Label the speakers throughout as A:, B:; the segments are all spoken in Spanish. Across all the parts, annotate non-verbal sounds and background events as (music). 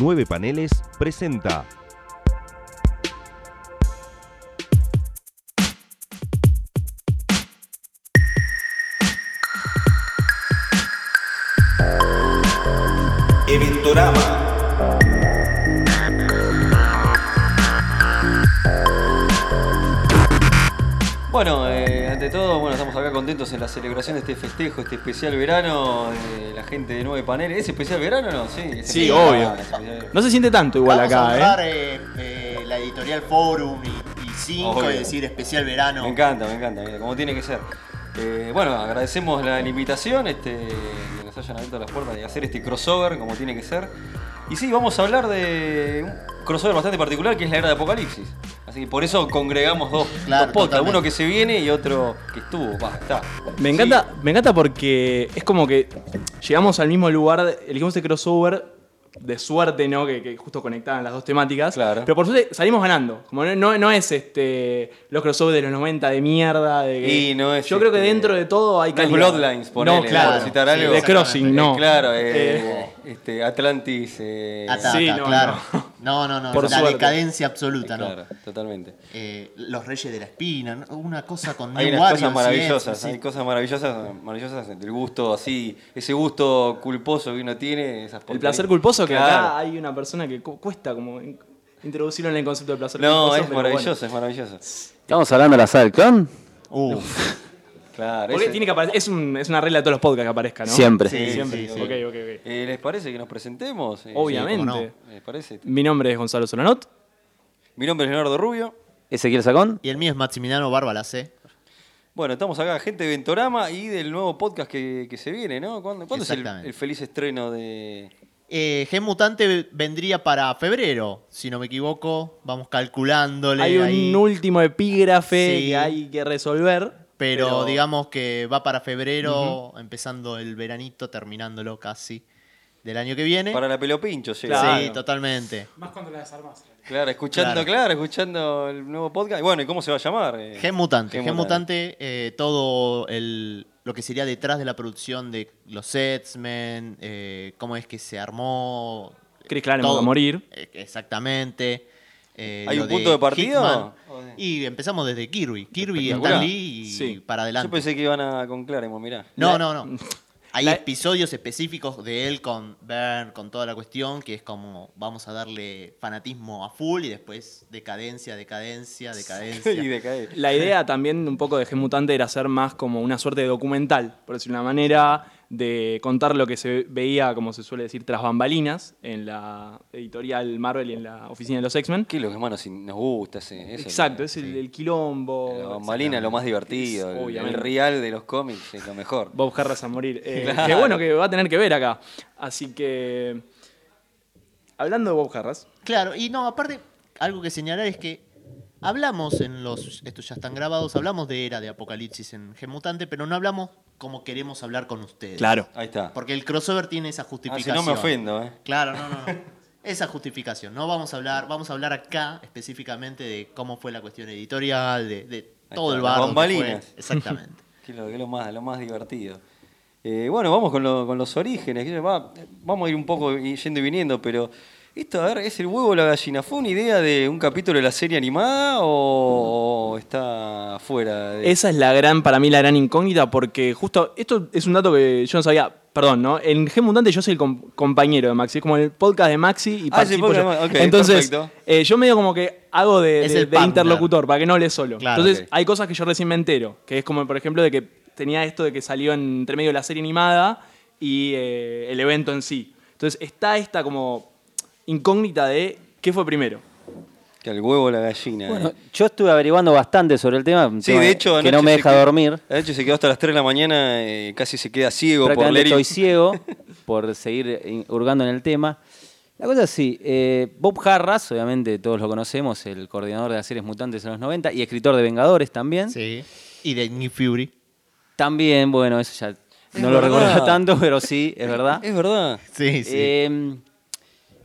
A: Nueve Paneles presenta.
B: Eventorama.
C: Bueno, eh, ante todo, bueno, estamos acá contentos en la celebración de este festejo, este especial verano de la gente de Nueve Paneles. ¿Es especial verano o no? Sí, es
D: Sí,
C: especial
D: obvio.
C: verano, es especial verano.
D: No se siente tanto igual
E: Vamos a
D: acá,
E: honrar,
D: ¿eh?
E: eh, eh, la editorial Forum y 5
C: Obvio.
E: y decir especial verano.
C: Me encanta, me encanta, mira, como tiene que ser. Eh, bueno, agradecemos la, la invitación, este, que nos hayan abierto las puertas de hacer este crossover, como tiene que ser. Y sí, vamos a hablar de un crossover bastante particular que es la era de Apocalipsis. Así que por eso congregamos dos,
E: Claro,
C: dos podcasts,
E: totalmente.
C: uno que se viene y otro que estuvo. Va, está.
D: Me encanta, me encanta porque es como que llegamos al mismo lugar, elegimos el crossover de suerte, ¿no? Que, que justo conectaban las dos temáticas.
C: Claro.
D: Pero por suerte salimos ganando. Como no, no, no es este los crossovers de los 90 de mierda. De que-
C: Y no es,
D: Yo creo que
C: este,
D: dentro de todo hay
C: no es
D: calidad.
C: Bloodlines,
D: No,
C: ponele,
D: claro.
E: por citar algo.
D: The Crossing,
C: Eh,
D: no.
C: claro, eh,
D: Eh,
C: este, Atlantis. eh,
E: Ata,
D: Sí,
E: ata,
D: no,
E: Ah, claro.
D: no.
E: No, no, no.
D: Por
E: la
D: suerte.
E: decadencia absoluta, ¿no?
C: claro, totalmente.
E: Eh, los Reyes de la Espina, ¿no? una cosa con
C: Hay
E: New
C: unas
E: Warriors
C: cosas
E: y
C: maravillosas,
E: eso, sí.
C: hay cosas maravillosas, maravillosas, el gusto así, ese gusto culposo que uno tiene, esas
D: El
C: porquerías.
D: placer culposo que
C: Claro.
D: acá hay una persona que cu- cuesta como in- introducirlo en el concepto de placer
C: No,
D: culposo.
C: es
D: pero
C: maravilloso,
D: bueno.
C: es maravilloso.
F: ¿Estamos hablando de la sala del clon?
E: Uh,
C: Claro,
D: Porque
C: ese-
D: tiene que aparecer, es, un- es una regla de todos los podcasts que aparezca, ¿no?
F: Siempre.
C: Sí,
D: Siempre.
C: sí, sí.
D: Ok, ok, ok.
C: Eh, ¿Les parece que nos presentemos? Eh,
D: Obviamente.
E: cómo
C: sí, ¿Les parece?
D: Mi nombre es Gonzalo Solanot.
C: Mi nombre es Leonardo Rubio.
F: Ezequiel Sacón.
E: y el mío es Maximiliano ¿eh? Barbalacé.
C: Bueno, estamos acá, gente de Ventorama y del nuevo podcast que, que se viene, ¿no? ¿Cuándo, cuándo es el,
E: Exactamente.
C: el feliz estreno de...?
E: Eh, Gen Mutante vendría para febrero, si no me equivoco. Vamos calculándole.
D: Hay un
E: ahí.
D: último epígrafe
E: Sí.
D: que hay que resolver.
E: Pero, digamos que va para febrero, empezando el veranito, terminándolo casi del año que viene.
C: Para la pelopincho, sí.
D: Claro.
E: Sí, totalmente.
G: Más cuando la desarmás.
C: Claro, escuchando, claro.
E: Claro.
C: escuchando el nuevo podcast. Y Bueno, ¿y cómo se va a llamar? Eh,
E: Gen Mutante. Gen Mutante, eh, todo el, lo que sería detrás de la producción de los X-Men, eh, cómo es que se armó.
D: Chris Claremont
E: todo.
D: va a morir.
E: Eh, Exactamente. eh,
C: ¿Hay
E: lo
C: un punto de partida?
E: Hickman. Y empezamos desde Kirby. Kirby,
C: Espectacular.
E: Stan Lee y
D: Sí.
E: para adelante.
C: Yo pensé que iban a con Claremont, mirá.
E: No, no, no. Hay
D: la-
E: episodios específicos de él con Bern, con toda la cuestión, que es como vamos a darle fanatismo a full y después decadencia, decadencia, decadencia.
C: (laughs) y de caer.
D: La idea también un poco de Gen Mutante era hacer más como una suerte de documental, por decirlo de una manera, de contar lo que se veía, como se suele decir, tras bambalinas en la editorial Marvel y en la oficina de los X-Men.
C: ¿Qué es lo que más nos, nos gusta? ese- eso?
D: Exacto, es el, el quilombo.
C: La bambalina es lo más divertido.
D: Es-
C: el- El,
D: obviamente.
C: real de los cómics es lo mejor.
D: Bob Harras a morir. Eh,
C: Claro.
D: Que bueno que va a tener que ver acá. Así que. Hablando de Bob Harras.
E: Claro, y no, aparte, algo que señalar es que hablamos en los. Estos ya están grabados, hablamos de Era de Apocalipsis en Gemutante, pero no hablamos como queremos hablar con ustedes.
C: Ahí está.
E: Porque el crossover tiene esa
C: Ah, si
E: justificación.
C: no me ofendo, ¿eh?
E: Claro, no, no, (laughs) no. Esa justificación. No vamos a hablar, vamos a hablar acá específicamente de cómo fue la cuestión editorial, de, de todo
C: está,
E: el
C: las
E: barro. que fue.
C: bambalinas. (laughs)
E: Exactamente.
C: ¿Qué es lo, qué es lo más, lo más divertido? Eh, bueno, vamos con, lo- con los orígenes. que va- vamos a ir un poco y- yendo y viniendo, pero esto, a ver, ¿es el huevo o la gallina? ¿Fue una idea de un capítulo de la serie animada o, o está fuera de
D: Esa es la gran, para mí, la gran incógnita, porque justo. Esto es un dato que yo no sabía. Perdón, ¿no? En G Mutante yo soy el com- compañero de Maxi. Es como el podcast de Maxi y
C: Ah, es el
D: participo yo.
C: podcast de Maxi, ok,
D: Entonces,
C: perfecto.
D: eh, yo medio como que hago de,
E: Es
D: de-
E: el
D: de
E: partner.
D: interlocutor, para que no hable solo.
E: Claro,
D: Entonces,
C: ok.
D: hay cosas que yo recién me entero. Que es como, por ejemplo, de que tenía esto de que salió entre medio de la serie animada y eh, el evento en sí. Entonces, está esta como incógnita de qué fue primero.
C: que el huevo o la gallina?
F: Bueno,
C: eh?
F: yo estuve averiguando bastante sobre el tema. un
C: Sí,
F: tema
C: de hecho,
F: Que
C: anoche
F: no me
C: se
F: deja
C: quedó-
F: dormir.
C: Anoche se quedó hasta las 3 de la mañana, eh, casi se queda ciego por
F: Prácticamente
C: leer.
F: estoy
C: in- (laughs)
F: ciego por seguir in- hurgando en el tema. La cosa es así. eh, Bob Harras, obviamente todos lo conocemos, el coordinador de las series mutantes en los 90 y escritor de Vengadores también.
E: Sí. Y de Nick Fury.
F: También, bueno, eso ya no lo
C: verdad. (laughs)
F: recordaba tanto, pero sí, es verdad.
C: Es verdad.
E: Sí, sí.
F: Eh,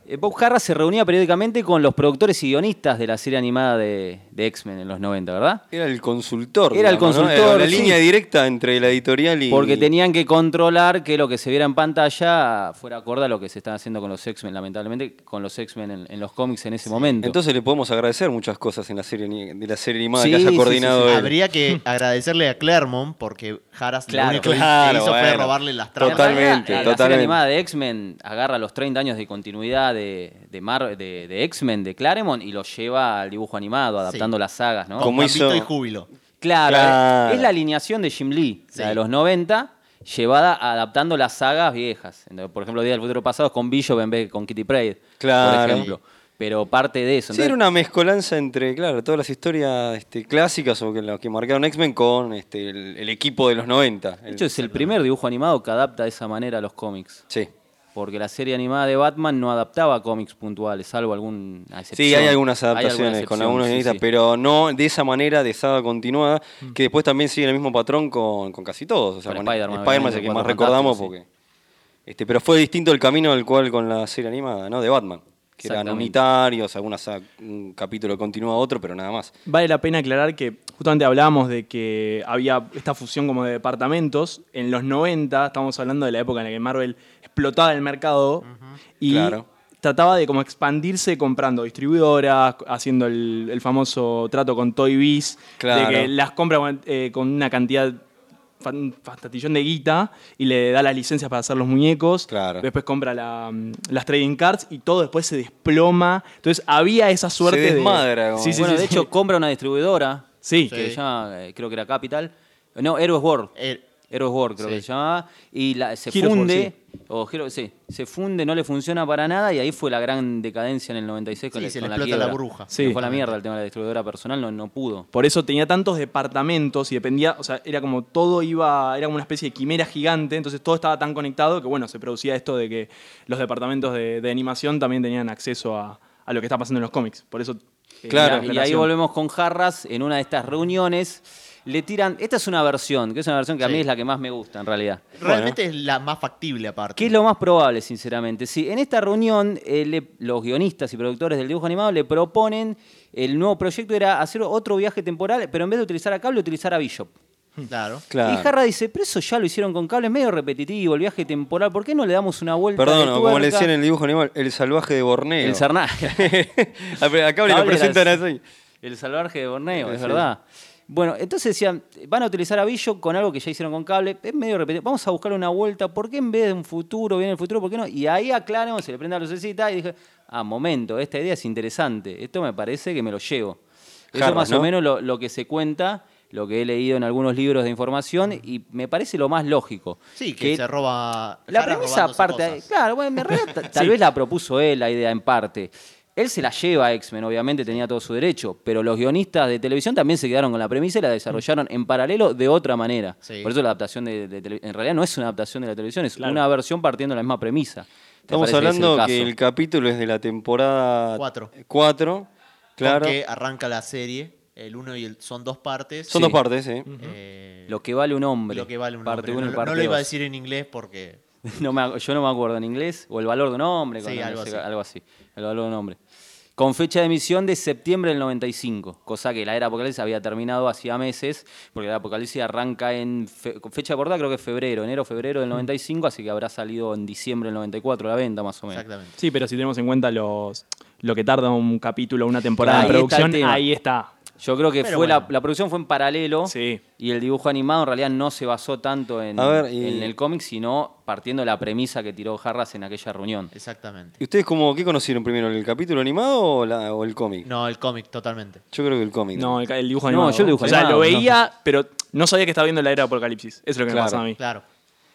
F: Eh, Bob Harras se reunía periódicamente con los productores y guionistas de la serie animada de, de X-Men en los 90, ¿verdad?
C: Era el consultor.
F: Era el
C: digamos, ¿no?
F: consultor,
C: la
F: sí.
C: línea directa entre la editorial y.
F: Porque tenían que controlar que lo que se viera en pantalla fuera acorde a lo que se estaba haciendo con los X-Men, lamentablemente, con los X-Men en, en los cómics en ese momento.
C: Entonces le podemos agradecer muchas cosas en la serie ni- de la serie animada
F: Sí,
C: que haya
F: sí,
C: coordinado
F: sí, sí.
C: él.
E: Habría
C: (laughs)
E: que agradecerle a Claremont porque Haras
F: Claro.
E: lo único que
C: Claro,
E: hizo fue
C: bueno.
E: robarle las
F: En
E: tramas.
C: Totalmente,
F: realidad, la- La serie
C: totalmente.
F: animada de X-Men agarra los 30 años de continuidad de, de, Mar- de- de X-Men, de Claremont, y lo lleva al dibujo animado, adaptando las sagas, ¿no?
C: Como
E: Como
C: hizo-
E: y júbilo.
F: Claro,
C: Claro.
F: es la alineación de Jim Lee,
E: Sí.
F: la de los 90, llevada adaptando las sagas viejas. Entonces, por ejemplo, Día del Futuro Pasado es con Bishop en vez que con Kitty Pryde, por
C: Claro.
F: ejemplo. Pero parte de eso.
C: Sí,
F: Entonces,
C: era una mezcolanza entre, claro, todas las historias este, clásicas o que, lo que marcaron X-Men con este, el, el equipo de los 90.
F: De
C: El-
F: hecho, es el primer dibujo animado que adapta de esa manera a los cómics.
C: sí.
F: Porque la serie animada de Batman no adaptaba cómics puntuales, salvo algún a excepción.
C: Sí, hay algunas
F: Hay alguna
C: adaptaciones con
F: excepción,
C: algunos
F: sí,
C: guionistas,
F: sí. Mm.
C: pero no de esa manera de saga continuada, que después también sigue el mismo patrón con, con casi todos. O sea,
F: Con
C: con
F: Spider-Man,
C: es el
F: obviamente,
C: que más
F: Cuatro
C: recordamos porque.
F: Fantásticos,
C: Este, pero fue distinto el camino al cual con la serie animada, ¿no? De Batman. Que eran
F: Exactamente.
C: unitarios, algunas saga- un capítulo continúa otro, pero nada más.
D: Vale la pena aclarar que justamente hablábamos de que había esta fusión como de departamentos. En los 90, estamos hablando de la época en la que Marvel explotaba el mercado y
C: Claro.
D: trataba de como expandirse comprando distribuidoras, haciendo el, el famoso trato con Toy Biz,
C: Claro.
D: de que las compra con, eh, con una cantidad fan- fantastillón de guita y le da las licencias para hacer los muñecos.
C: Claro.
D: Después compra la, mm, las trading cards y todo después se desploma. Entonces había esa suerte de-
C: desmadra, como-
D: Sí, sí,
F: bueno,
D: sí,
F: de
D: sí.
F: hecho, compra una distribuidora
D: Sí.
F: que
E: Sí.
F: se llama, eh, creo que era Capital. No, Heroes World.
E: Eh,
F: Heroes World, creo
E: Sí.
F: que se llamaba. Y la- se
D: Heroes World,
F: funde. O Hero- sí, se funde, no le funciona para nada. Y ahí fue la gran decadencia en el 96 con,
E: Sí,
F: la-
E: se le
F: con la
E: explota
F: quiebra.
E: la burbuja.
D: Sí.
F: Se fue a la mierda el tema de la distribuidora personal, no, no pudo.
D: Por eso tenía tantos departamentos y dependía, o sea, era como todo iba, era como una especie de quimera gigante, entonces todo estaba tan conectado que, bueno, se producía esto de que los departamentos de, de animación también tenían acceso a, a lo que está pasando en los cómics. Por eso. eh,
C: Claro.
D: la
F: Y ahí
D: relación.
F: volvemos con Jarras en una de estas reuniones. Le tiran. Esta es una versión, que es una versión que a mí
E: Sí.
F: es la que más me gusta en realidad.
E: realmente es la más factible aparte.
F: ¿Qué es lo más probable, sinceramente? Sí, en esta reunión eh, le- los guionistas y productores del dibujo animado le proponen el nuevo proyecto era hacer otro viaje temporal, pero en vez de utilizar a cable, utilizar a Bishop.
E: Claro.
C: Claro.
F: Y Jarra dice, pero eso ya lo hicieron con cable, es medio repetitivo el viaje temporal, ¿por qué no le damos una vuelta?
C: Perdón,
F: de
C: o como le
F: tuerca?
C: decían en el dibujo animal, el salvaje de Borneo.
F: El Sarná.
C: (laughs) Acá lo
F: Cable era
C: presentan
F: el-
C: así.
F: El salvaje de Borneo, es
C: Sí.
F: verdad. Bueno, entonces decían, van a utilizar a Billo con algo que ya hicieron con cable, es medio repetido, vamos a buscarle una vuelta, ¿por qué en vez de un futuro viene el futuro? ¿Por qué no? Y ahí aclaran, se le prende la lucecita y dije, ah, momento, esta idea es interesante, esto me parece que me lo llevo. Eso es
C: Jarras,
F: más o
C: ¿no?
F: menos lo, lo que se cuenta, lo que he leído en algunos libros de información y me parece lo más lógico.
E: Sí, que, se roba.
F: La
E: Jara
F: premisa
E: robándose
F: aparte,
E: cosas.
F: claro, bueno,
C: (laughs)
F: en realidad ta- tal vez la propuso él la idea en parte. Él se la lleva a X-Men, obviamente tenía todo su derecho, pero los guionistas de televisión también se quedaron con la premisa y la desarrollaron en paralelo de otra manera.
E: Sí.
F: Por eso la adaptación de, de tele- en realidad no es una adaptación de la televisión, es
D: Claro.
F: una versión partiendo de la misma premisa. Me
C: Estamos
F: parece es
C: hablando
F: caso.
C: que el capítulo es de la temporada
E: Cuatro.
C: 4. Claro.
E: Con que arranca la serie. El uno y el. Son dos partes.
C: Son
F: Sí. Mm.
C: dos partes, ¿eh?
E: Eh,
F: lo que vale un hombre.
E: lo que vale un
F: parte
E: nombre.
F: uno y
E: No-
F: parte
E: no lo iba a
F: dos.
E: decir en inglés porque.
F: (laughs) No me ac- yo no me acuerdo en inglés. O el valor de un hombre.
E: Sí,
F: cuando-
E: algo
F: no sé,
E: así.
F: El valor de un hombre. Con fecha de emisión de septiembre del 95, cosa que la era Apocalipsis había terminado hacía meses, porque la Apocalipsis arranca en fe- con fecha de portada creo que es febrero, enero, febrero del 95, así que habrá salido en diciembre del 94 a la venta más o menos.
E: Exactamente.
D: Sí, pero si tenemos en cuenta los, lo que tarda un capítulo, una temporada
F: Ahí
D: de
F: está el
D: producción,
F: tema.
D: ahí está.
F: Yo creo que
E: Pero
F: fue la,
E: bueno.
F: la producción fue en paralelo
D: Sí.
F: y el dibujo animado en realidad no se basó tanto en,
C: A ver, y-
F: en el cómic, sino partiendo de la premisa que tiró Jarras en aquella reunión.
E: Exactamente.
C: ¿Y ustedes como qué conocieron primero? ¿El capítulo animado o, la- o el cómic?
E: No, el cómic, totalmente.
C: Yo creo que el cómic.
D: No, el, el dibujo
F: No,
D: animado.
F: yo el dibujo
D: o sea,
F: animado,
D: lo
F: no.
D: veía, pero no sabía que estaba viendo la era de Apocalipsis. Eso es lo que
C: Claro.
D: me pasaba a mí.
E: Claro.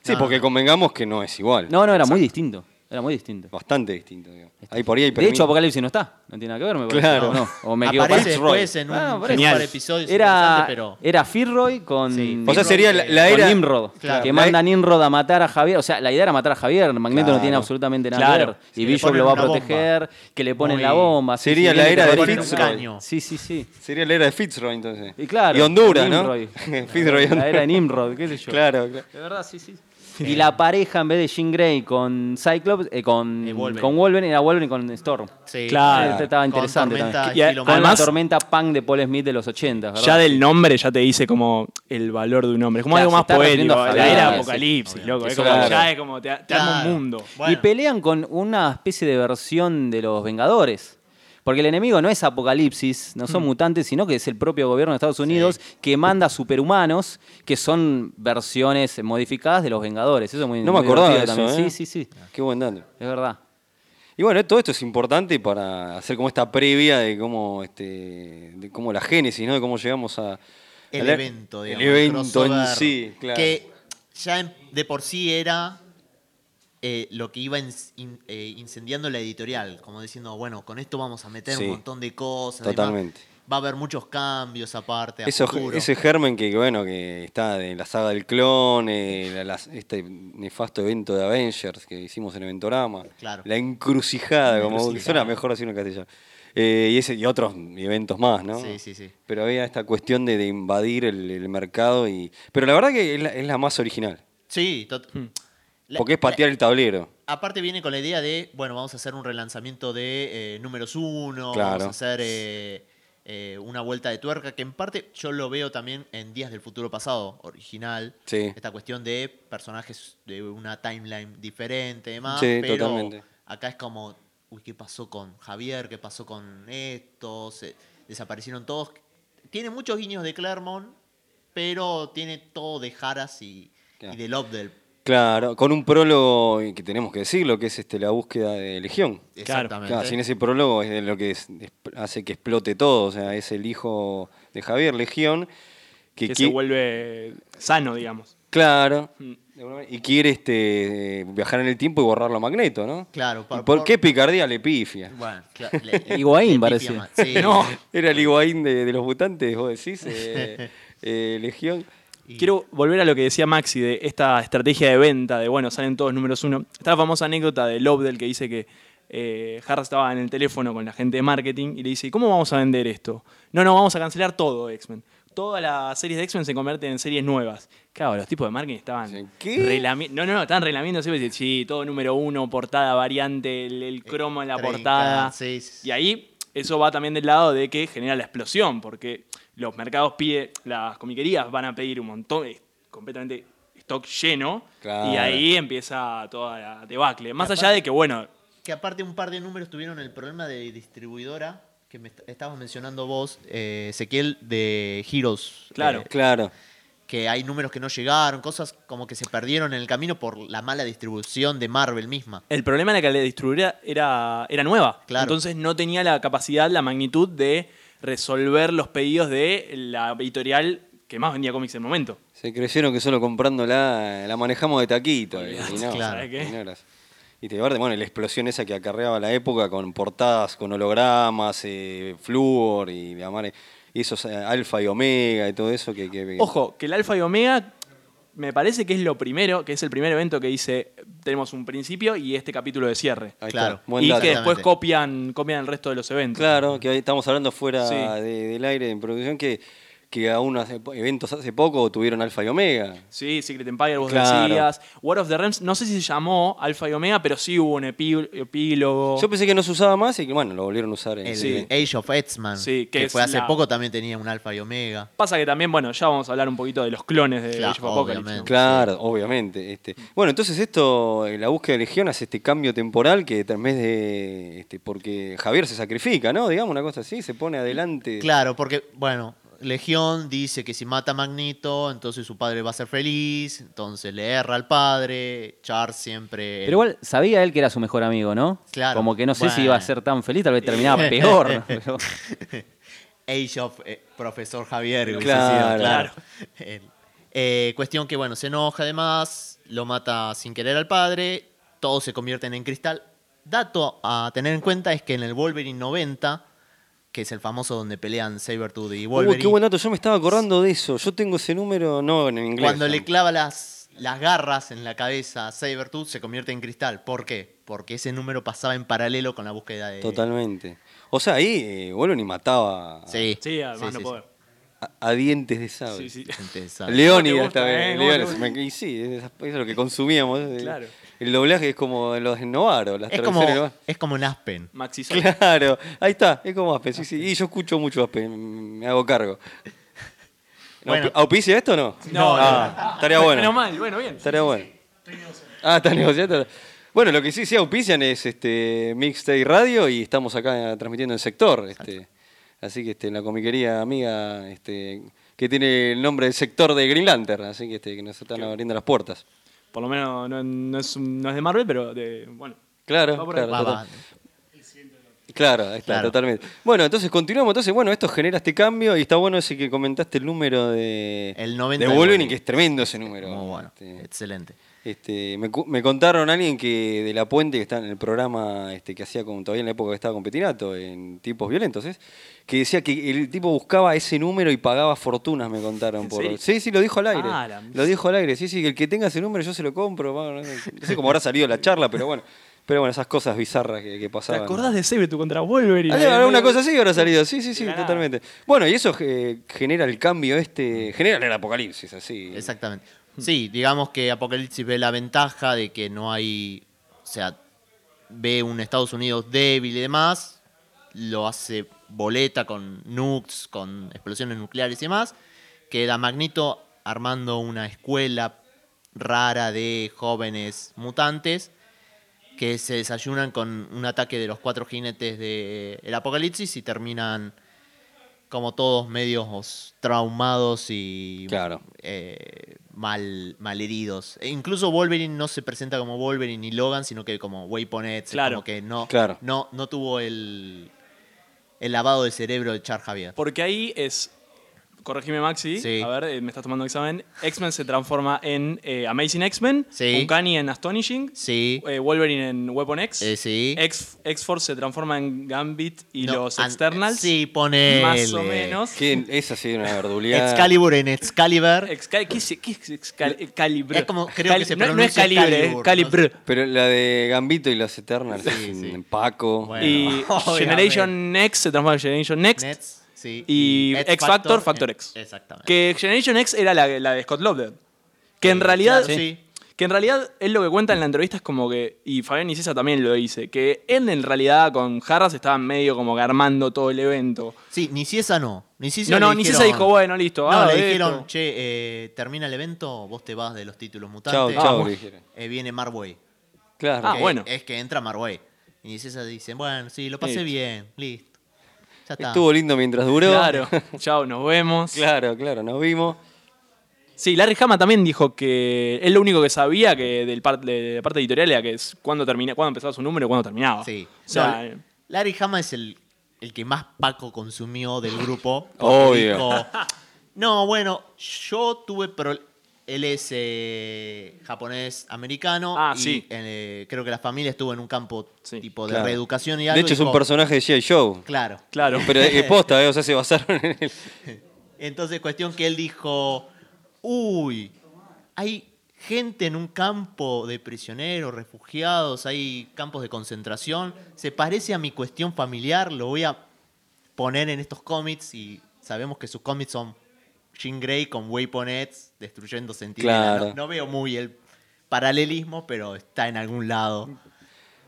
C: Sí,
E: No,
C: porque convengamos que no es igual.
F: No, no, era muy distinto. Era muy distinto.
C: Bastante distinto. digamos. Ahí por ahí hay
F: De
C: permiso.
F: hecho, Apocalipsis no está. No tiene nada que ver, me parece.
C: Claro.
F: O no. O me equivoco.
E: Aparece
C: Fitz Roy.
E: después en un,
F: Ah,
E: en un
F: parece-
E: par de episodios.
F: Era,
E: interesantes, pero.
F: era Firroy con.
E: Sí.
C: O sea, sería la, la
F: con
C: era.
F: Nimrod,
E: Claro.
F: que
C: La- e-
F: manda a Nimrod a matar a Javier. O sea, la idea era matar a Javier. Magneto
C: Claro.
F: no tiene absolutamente nada
D: Claro.
F: que ver.
E: Sí,
F: y
E: le
F: Bishop
E: ponen
F: lo va a
E: una bomba.
F: proteger, que le ponen
E: Muy-
F: la bomba. sí,
C: Sería
F: sí,
C: la
F: viene
C: era de
F: terrorismo.
E: Fitzroy.
F: Sí, sí, sí.
C: Sería la era de Fitzroy entonces.
F: Y claro.
C: Y Honduras, ¿no?
F: Nimrod.
C: (laughs) Fitzroy y
F: La
C: Honduras.
F: era de Nimrod, qué sé yo.
C: Claro, claro.
F: De verdad, sí, sí. Y la pareja, en vez de Jean Grey con Cyclops, eh, con,
E: Eh, Wolverine.
F: con Wolverine, era Wolverine con Storm.
E: Sí.
D: Claro.
F: Este estaba
E: Con
F: interesante
E: Tormenta
F: también.
D: Y
E: estilo
F: Con
D: además-
F: la tormenta punk de Paul Smith de los 80, ¿verdad?
D: Ya del nombre ya te dice como el valor de un hombre. Es como
F: Claro,
D: algo
F: se
D: más
F: está refiriendo
D: poético.
F: a
D: La
F: Fabián,
D: era
F: sí,
D: apocalipsis, loco. Es
F: Eso,
D: como,
F: claro.
D: Ya es como te, te arma
E: Claro.
D: un mundo.
E: Bueno.
F: Y pelean con una especie de versión de los Vengadores. Porque el enemigo no es Apocalipsis, no
C: Mm.
F: son mutantes, sino que es el propio gobierno de Estados Unidos que manda superhumanos, que son versiones modificadas de los Vengadores. Eso es muy
C: No me
F: muy
C: acordaba de eso,
F: divertido también.
C: ¿eh?
F: Sí, sí, sí.
C: Qué buen dato.
F: Es verdad.
C: Y bueno, todo esto es importante para hacer como esta previa de cómo, este, de cómo la génesis, ¿no? De cómo llegamos a... a
E: el
C: la-
E: evento, digamos.
C: El evento en
E: crossover,
C: sí, claro.
E: Que ya en- de por sí era eh, lo que iba ins- in- eh, incendiando la editorial. Como diciendo, bueno, con esto vamos a meter
C: Sí.
E: un montón de cosas. además,
C: Totalmente.
E: va a haber muchos cambios aparte. A
C: Eso-
E: futuro.
C: ese germen que, bueno, que está de la saga del clon, eh, la- las- este nefasto evento de Avengers que hicimos en Eventorama.
E: Claro.
C: La encrucijada,
E: La
C: como
E: encrucijada.
C: suena mejor así en castellano. Eh, y, ese, y otros eventos más, ¿no?
E: Sí, sí, sí.
C: Pero había esta cuestión de, de invadir el, el mercado. y Pero la verdad que es la, es la más original.
E: Sí, tot- La-
C: Hmm. porque es patear el tablero.
E: Aparte viene con la idea de, bueno, vamos a hacer un relanzamiento de eh, números uno,
C: Claro.
E: vamos a hacer eh, eh, una vuelta de tuerca, que en parte yo lo veo también en Días del Futuro Pasado, original.
C: Sí.
E: Esta cuestión de personajes de una timeline diferente, demás.
C: Sí,
E: pero
C: totalmente.
E: acá es como, uy, ¿qué pasó con Javier? ¿Qué pasó con estos? Eh, desaparecieron todos. Tiene muchos guiños de Claremont, pero tiene todo de Haras y,
C: Claro.
E: y de Lobdell.
C: Claro, con un prólogo que tenemos que decirlo, que es este, la búsqueda de Legión.
E: Exactamente.
C: Claro, sin ese prólogo es de lo que es- es- hace que explote todo. O sea, es el hijo de Javier Legión que,
D: Que se
C: qui-
D: vuelve Mm. sano, digamos.
C: claro de alguna manera, y quiere este eh, viajar en el tiempo y borrarlo a Magneto, ¿no?
E: Claro,
C: ¿Y
E: por-
C: ¿Por
E: por-
C: qué picardía le pifia? (laughs)
D: (laughs)
E: Bueno, claro, le- le-
F: Higuaín
E: le
F: parecía.
E: pifia más. Sí,
D: No.
C: Era el higuaín de, de los mutantes, vos decís,
E: (laughs)
C: eh, eh, Legión.
E: y-
D: Quiero volver a lo que decía Maxi de esta estrategia de venta, de bueno, salen todos números uno. Está la famosa anécdota de Lobdell que dice que eh, Harris estaba en el teléfono con la gente de marketing y le dice, ¿cómo vamos a vender esto? No, no, vamos a cancelar todo X-Men. Todas las series de X-Men se convierten en series nuevas. Claro, los tipos de marketing estaban...
C: ¿Qué?
D: relami- No, no, no, estaban relamiendo siempre. dicen, Sí, todo número uno, portada, variante, el, el cromo en la
E: Trinca,
D: portada.
E: Eh, sí, sí, sí.
D: Y ahí eso va también del lado de que genera la explosión, porque los mercados piden, las comiquerías van a pedir un montón, es completamente stock lleno,
C: Claro.
D: y ahí empieza toda la debacle. Más allá de que, bueno,
E: Que aparte un par de números tuvieron el problema de distribuidora que me est- estabas mencionando vos, eh, Ezequiel, de Heroes.
D: Claro.
E: eh,
C: Claro.
E: que hay números que no llegaron, cosas como que se perdieron en el camino por la mala distribución de Marvel misma.
D: el problema era que la distribuidora era, era nueva,
E: Claro.
D: entonces no tenía la capacidad, la magnitud de resolver los pedidos de la editorial que más vendía cómics en el momento.
C: Se creyeron que solo comprándola eh, la manejamos de taquito. eh, Y, no,
E: Claro.
C: y no era así. Y te guarde, bueno, la explosión esa que acarreaba la época con portadas, con hologramas, eh, flúor y la madre- y esos eh, alfa y omega y todo eso que... que-
D: Ojo, que el Alfa y Omega me parece que es lo primero, que es el primer evento que dice tenemos un principio y este capítulo de cierre.
C: Ahí
E: claro.
C: está, buen
D: y
C: dato.
D: que después
E: Exactamente.
D: copian, copian el resto de los eventos.
C: Claro, que ahí estamos hablando fuera
D: Sí.
C: de- del aire en producción que, que a unos eventos hace poco tuvieron alfa y omega.
D: Sí, Secret Empire, vos
C: Claro.
D: decías. War of the Realms, no sé si se llamó Alfa y Omega, pero sí hubo un epí- epílogo.
C: Yo pensé que no se usaba más y que, bueno, lo volvieron a usar. En
E: El
D: Sí.
E: Age of X-Man,
D: Sí, que
E: que,
D: es
E: fue hace
D: la-
E: poco también tenía un alfa y omega.
D: Pasa que también, bueno, ya vamos a hablar un poquito de los clones de
E: Claro,
D: Eh, Age of Apocalypse,
E: obviamente.
D: ¿no?
C: Claro, obviamente. Este. Bueno, entonces esto, eh, la búsqueda de Legión hace este cambio temporal que en vez de... Este, porque Javier se sacrifica, ¿no? Digamos una cosa así, se pone adelante.
E: Claro, porque, bueno, Legión dice que si mata a Magneto, entonces su padre va a ser feliz, entonces le erra al padre, Char
C: Eh.
E: siempre...
F: Pero igual sabía él que era su mejor amigo, ¿no?
E: Claro.
F: Como que no sé si
E: Bueno.
F: iba a ser tan feliz, tal
C: (laughs)
F: vez
C: Eh.
F: terminaba peor. pero-
E: Age of eh, Profesor Javier. hubiese
C: Claro.
E: sido, claro. El- eh, cuestión que, bueno, se enoja además, lo mata sin querer al padre, todos se convierten en cristal. Dato a tener en cuenta es que en el Wolverine 90, que es el famoso donde pelean Sabretooth y
C: Uy,
E: Wolverine,
C: qué buen dato, yo me estaba acordando de eso. Yo tengo ese número, no en inglés.
E: cuando le clava las, las garras en la cabeza a Sabretooth, se convierte en cristal. ¿Por qué? Porque ese número pasaba en paralelo con la búsqueda de...
C: Totalmente. O sea, ahí eh, Wolverine mataba.
E: Sí.
D: Sí, además
E: Sí,
D: no
E: sí,
D: poder.
C: A, a dientes de sable.
D: Sí, sí.
C: (laughs)
E: Interesante.
C: Leónidas
D: gusta,
C: también.
D: eh? ¿Cómo te
C: Leónidas,
D: gusta?
C: me- y sí, es- eso es lo que consumíamos. eh.
D: Claro.
C: El doblaje es como los Novaro, las
E: Es como,
C: traducciones de Novaro.
E: es como un Aspen.
D: Maxi Sol.
C: Claro, ahí está, es como Aspen, sí, sí. Y yo escucho mucho Aspen, me hago cargo. No,
E: Bueno.
C: ¿aupi- ¿Auspicia esto o no?
D: No,
C: Ah,
D: (laughs)
C: estaría
D: Bueno,
C: bueno.
D: Menos mal, bueno, bien.
C: Estaría bueno. Ah, está negociando. Bueno, lo que sí, sí auspician es este Mixtape Radio y estamos acá transmitiendo en sector. Este, así que este, en la comiquería amiga este, que tiene el nombre del sector de Green Lantern, así que, este, que nos están abriendo las puertas.
D: Por lo menos no, no es, un- no es de Marvel, pero de. Bueno.
C: Claro,
D: Va por ahí.
C: claro,
E: Va,
C: total-
E: va.
C: claro, ahí está,
E: Claro.
C: totalmente. Bueno, entonces continuamos. Entonces, bueno, esto genera este cambio y está bueno ese que comentaste el número de,
E: El 90
C: de
E: de
C: Wolverine,
E: Wolverine.
C: que es tremendo ese número.
E: Muy bueno.
C: Este,
E: Excelente.
C: Este, me, cu- me contaron alguien que de la puente que está en el programa este, que hacía con, todavía en la época que estaba con Petinato, en tipos violentos, ¿es? que decía que el tipo buscaba ese número y pagaba fortunas, me contaron.
D: ¿En
C: Por...
D: serio?
C: Sí, sí, lo dijo al aire.
D: Ah, la-
C: Lo dijo al aire, sí, sí, que el que tenga ese número yo se lo compro. va, No sé, no sé cómo habrá salido la charla, pero bueno. Pero bueno, esas cosas bizarras que, que
D: ¿Te
C: pasaban.
D: acordás de Sabretooth contra Wolverine?
C: Ah,
D: Eh,
C: habrá una cosa así que habrá salido, sí, sí, sí,
D: De la nada.
C: totalmente. Bueno, y eso eh, genera el cambio este, genera el apocalipsis, así.
E: Exactamente. Sí, digamos que Apocalipsis ve la ventaja de que no hay. O sea, ve un Estados Unidos débil y demás. Lo hace boleta con nukes, con explosiones nucleares y demás. Queda Magneto armando una escuela rara de jóvenes mutantes que se desayunan con un ataque de los cuatro jinetes del Apocalipsis y terminan como todos medios traumados y
C: Claro.
E: eh, mal, malheridos. E incluso Wolverine no se presenta como Wolverine ni Logan, sino que como Wayponet,
D: Claro.
E: como que no,
C: Claro.
E: no, no tuvo el, el lavado de cerebro de Char Javier.
D: Porque ahí es. Corregime, Maxi.
E: Sí.
D: A ver, eh, me estás tomando examen. X-Men se transforma en eh, Amazing X-Men.
E: Sí.
D: Uncanny en Astonishing.
E: Sí.
D: eh, Wolverine en Weapon X.
E: Eh, sí.
D: X- X-Force se transforma en Gambit y
E: No,
D: los
E: an-
D: Externals.
E: Sí, pone.
D: Más o menos.
C: Que esa sí era una verduleada.
E: Excalibur en Excalibur.
D: Excal- ¿Qué es, qué es excal- calibre?
E: Es como- creo que se
D: no, no es
E: pronuncia
D: calibre, es
E: Excalibur,
D: calibre.
C: Pero la de Gambito y los Eternals,
E: Sí,
C: en
E: sí.
C: Paco.
E: Bueno.
D: Y
E: (laughs) Obviamente.
D: Generation Next se transforma en Generation Next.
E: Nets, sí.
D: Y X Factor, Factor
E: eh,
D: X.
E: Exactamente.
D: Que Generation X era la, la de Scott Lobdell. Que en
E: Eh,
D: realidad.
E: claro, sí.
D: Que en realidad él lo que cuenta en la entrevista es como que. Y Fabián y César también lo dice. Que él en realidad con Jarras estaban medio como que armando todo el evento.
E: Sí, ni si esa no. Ni si esa
D: No,
E: le
D: no, ni si esa
E: dijeron-
D: dijo, bueno, listo,
E: No,
D: ah,
E: le
D: esto.
E: dijeron, che, eh, termina el evento, vos te vas de los títulos
C: Chao,
E: mutantes.
C: chao,
D: Ah,
C: le dijeron.
E: eh, viene Marway.
C: Claro.
D: Ah,
E: Que
D: bueno.
E: Es que entra Marway. Y ni si esa dice, bueno, sí, lo pasé
D: Listo.
E: bien, listo. Ya está.
C: Estuvo lindo mientras duró.
D: Claro,
E: (laughs)
D: chao, nos
C: (laughs)
D: vemos.
C: claro, claro, nos vimos.
D: Sí, Larry Hama también dijo que él lo único que sabía que del par- de la parte editorial era que es cuándo, termina, cuándo empezaba su número y cuándo terminaba.
E: Sí.
D: O sea,
E: No, Larry Hama es el, el que más Paco consumió del grupo.
C: (laughs) Obvio.
E: porque no, bueno, yo tuve... Pro él es eh, japonés-americano.
D: Ah,
E: y,
D: sí.
E: eh, creo que la familia estuvo en un campo
D: Sí,
E: tipo de
C: Claro.
E: reeducación y
C: De
E: algo.
C: hecho,
E: y
C: es un
E: dijo,
C: personaje de G.I. Show.
E: Claro.
D: claro.
C: Pero
E: (laughs)
C: es posta, ¿eh? o sea, se basaron en él.
E: Entonces, cuestión que él dijo, uy, hay gente en un campo de prisioneros, refugiados, hay campos de concentración, se parece a mi cuestión familiar, lo voy a poner en estos cómics y sabemos que sus cómics son Jean Grey con Weaponets destruyendo sentinelas.
C: Claro.
E: No, no veo muy el paralelismo, pero está en algún lado.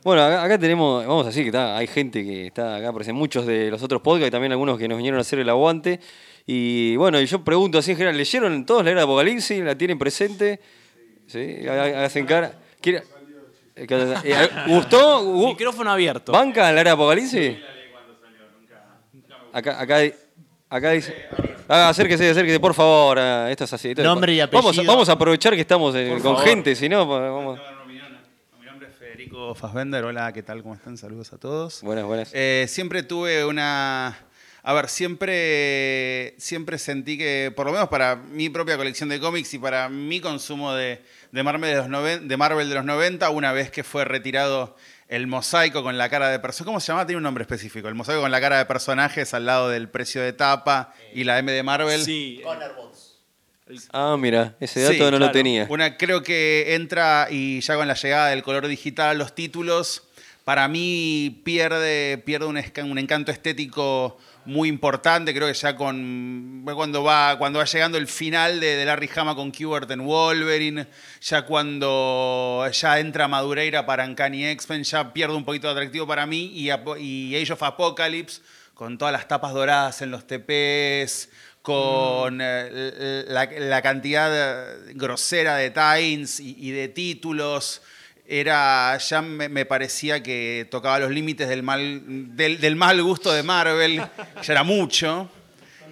C: Bueno, acá, acá tenemos, vamos a decir que está, hay gente que está acá, aparecen muchos de los otros podcasts, y también algunos que nos vinieron a hacer el aguante. Y bueno, y yo pregunto así en general, ¿leyeron todos la era de Apocalipsis? ¿La tienen presente? ¿Sí? Ha- Hacen cara. ¿Quiere- Eh, ¿Gustó?
E: uh,
C: ¿Gu-
D: Micrófono abierto.
C: ¿Banca la era de Apocalipsis? Acá, acá, di- acá dice. Ah, acérquese, acérquese, por favor. ah, Esto es así. esto es-
E: Nombre y
C: vamos, a-
E: apellido.
C: vamos a aprovechar que estamos eh, con gente, si no. pa- vamos.
B: Mi nombre es Federico Fassbender. Hola, ¿qué tal? ¿Cómo están? Saludos a todos.
C: Buenas, buenas.
B: Eh, siempre tuve una. A ver, siempre, siempre sentí que, por lo menos para mi propia colección de cómics y para mi consumo de, de Marvel, de los noven- de Marvel de los 90, una vez que fue retirado el mosaico con la cara de personaje, ¿cómo se llama? Tiene un nombre específico, el mosaico con la cara de personajes al lado del precio de tapa y la M de Marvel.
D: Sí.
C: Ah, mira, ese dato
B: Sí,
C: no lo
D: claro.
C: tenía.
B: Una creo que entra y ya con la llegada del color digital, los títulos Para mí pierde, pierde un, esca- un encanto estético muy importante. Creo que ya con cuando va, cuando va llegando el final de, de Larry Hama con Qbert en Wolverine, ya cuando ya entra Madureira para Uncanny X-Men, ya pierde un poquito de atractivo para mí. Y, Apo- y Age of Apocalypse, con todas las tapas doradas en los TPs, con eh, la, la cantidad eh, grosera de times y, y de títulos. Era, ya me, me parecía que tocaba los límites del mal, del, del mal gusto de Marvel, (laughs) ya era mucho,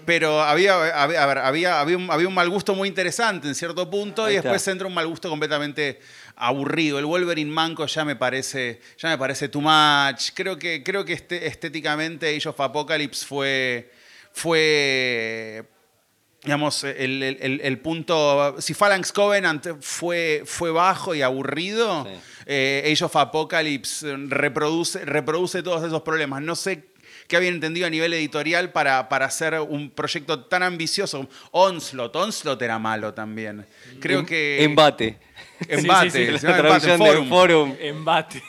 B: pero había, había, a ver, había, había un, había un mal gusto muy interesante en cierto punto
F: Ahí
B: y
F: está.
B: después entra un mal gusto completamente aburrido. El Wolverine manco ya me parece, ya me parece too much. Creo que, creo que este- estéticamente Age of Apocalypse fue, fue digamos, el, el- el- el punto. Si Phalanx Covenant fue, fue bajo y aburrido,
F: Sí.
B: eh, Age of Apocalypse eh, reproduce, reproduce todos esos problemas. No sé qué habían entendido a nivel editorial para, para hacer un proyecto tan ambicioso. Onslaught, Onslaught era malo también. Creo
F: Em-
B: que.
F: Embate.
B: (laughs) Embate,
D: Sí, sí, sí,
B: se
F: La
B: llama Embate
F: traducción
B: Forum.
F: de forum.
E: (laughs)
D: Embate.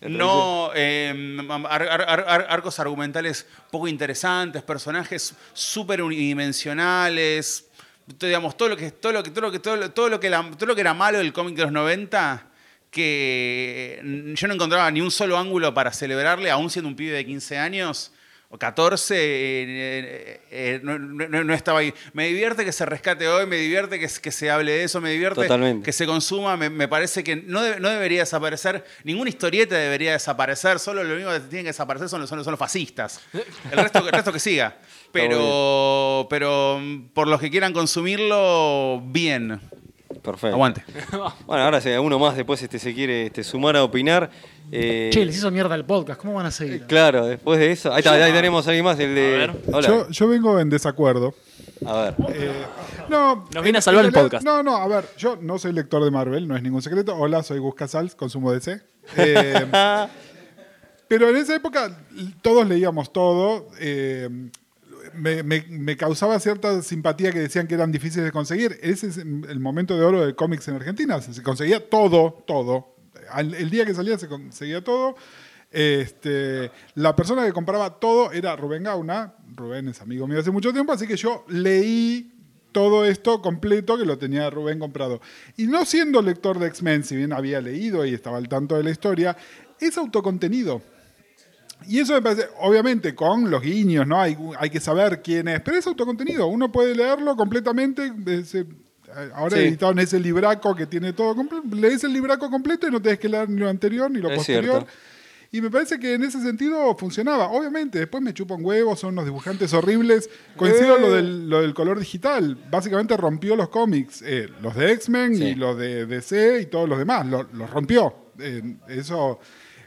B: No, eh, ar- ar- ar- ar- arcos argumentales poco interesantes, personajes súper unidimensionales. T- Digamos, todo lo que, todo lo que, todo lo que, todo lo, todo lo que, la- todo lo que era malo del cómic de los 90, que mm, yo no encontraba ni un solo ángulo para celebrarle, aún siendo un pibe de 15 años. O 14, eh, eh, eh, no, no- no estaba ahí. Me divierte que se rescate hoy, me divierte que, se- que se hable de eso, me divierte
C: Totalmente.
B: que se consuma, me, me parece que no, de- no debería desaparecer, ninguna historieta debería desaparecer, solo lo único que tienen que desaparecer son los, son los, son los fascistas. El resto, el resto
C: (laughs)
B: que siga. Pero, pero mm, por los que quieran consumirlo, bien.
C: Perfecto.
B: Eh, Aguante.
C: Bueno, ahora si uno más después este, se quiere este, sumar a opinar. eh,
G: Che, les hizo mierda el podcast, ¿cómo van a
D: eh,
G: seguir?
C: Claro, después de eso. Ahí, está, ahí tenemos a alguien más, el de.
D: A ver.
C: Hola.
H: Yo, yo vengo en desacuerdo.
C: A ver.
H: No,
D: Nos viene
H: en-
D: a salvar
H: en
D: el
H: realidad-
D: podcast.
H: No, no, a ver, yo no soy lector de Marvel, no es ningún secreto. Hola, soy Gus Casals, consumo DC. Eh, pero en esa época l- todos leíamos todo. eh, me, me- me causaba cierta simpatía que decían que eran difíciles de conseguir. Ese es el momento de oro de cómics en Argentina. Se se conseguía todo, todo. Al- el día que salía se conseguía todo. Este, la persona que compraba todo era Rubén Gauna. Rubén es amigo mío hace mucho tiempo, así que yo leí todo esto completo que lo tenía Rubén comprado. Y no siendo lector de X-Men, si bien había leído y estaba al tanto de la historia, es autocontenido. Y eso me parece, obviamente, con los guiños, ¿no? Hay, hay que saber quién es, pero es autocontenido. Uno puede leerlo completamente. eh, se- ahora
C: Sí.
H: editaron ese libraco que tiene todo. comple- Lees el libraco completo y no tenés que leer ni lo anterior ni lo
C: Es
H: posterior.
C: cierto.
H: Y me parece que en ese sentido funcionaba. Obviamente, después me chupan huevos, son unos dibujantes horribles. Coincido
C: Eh.
H: lo, del, lo del color digital. Básicamente rompió los cómics, eh, los de X-Men
C: Sí.
H: y los de DC y todos los demás. Lo- Los rompió. Eh, eso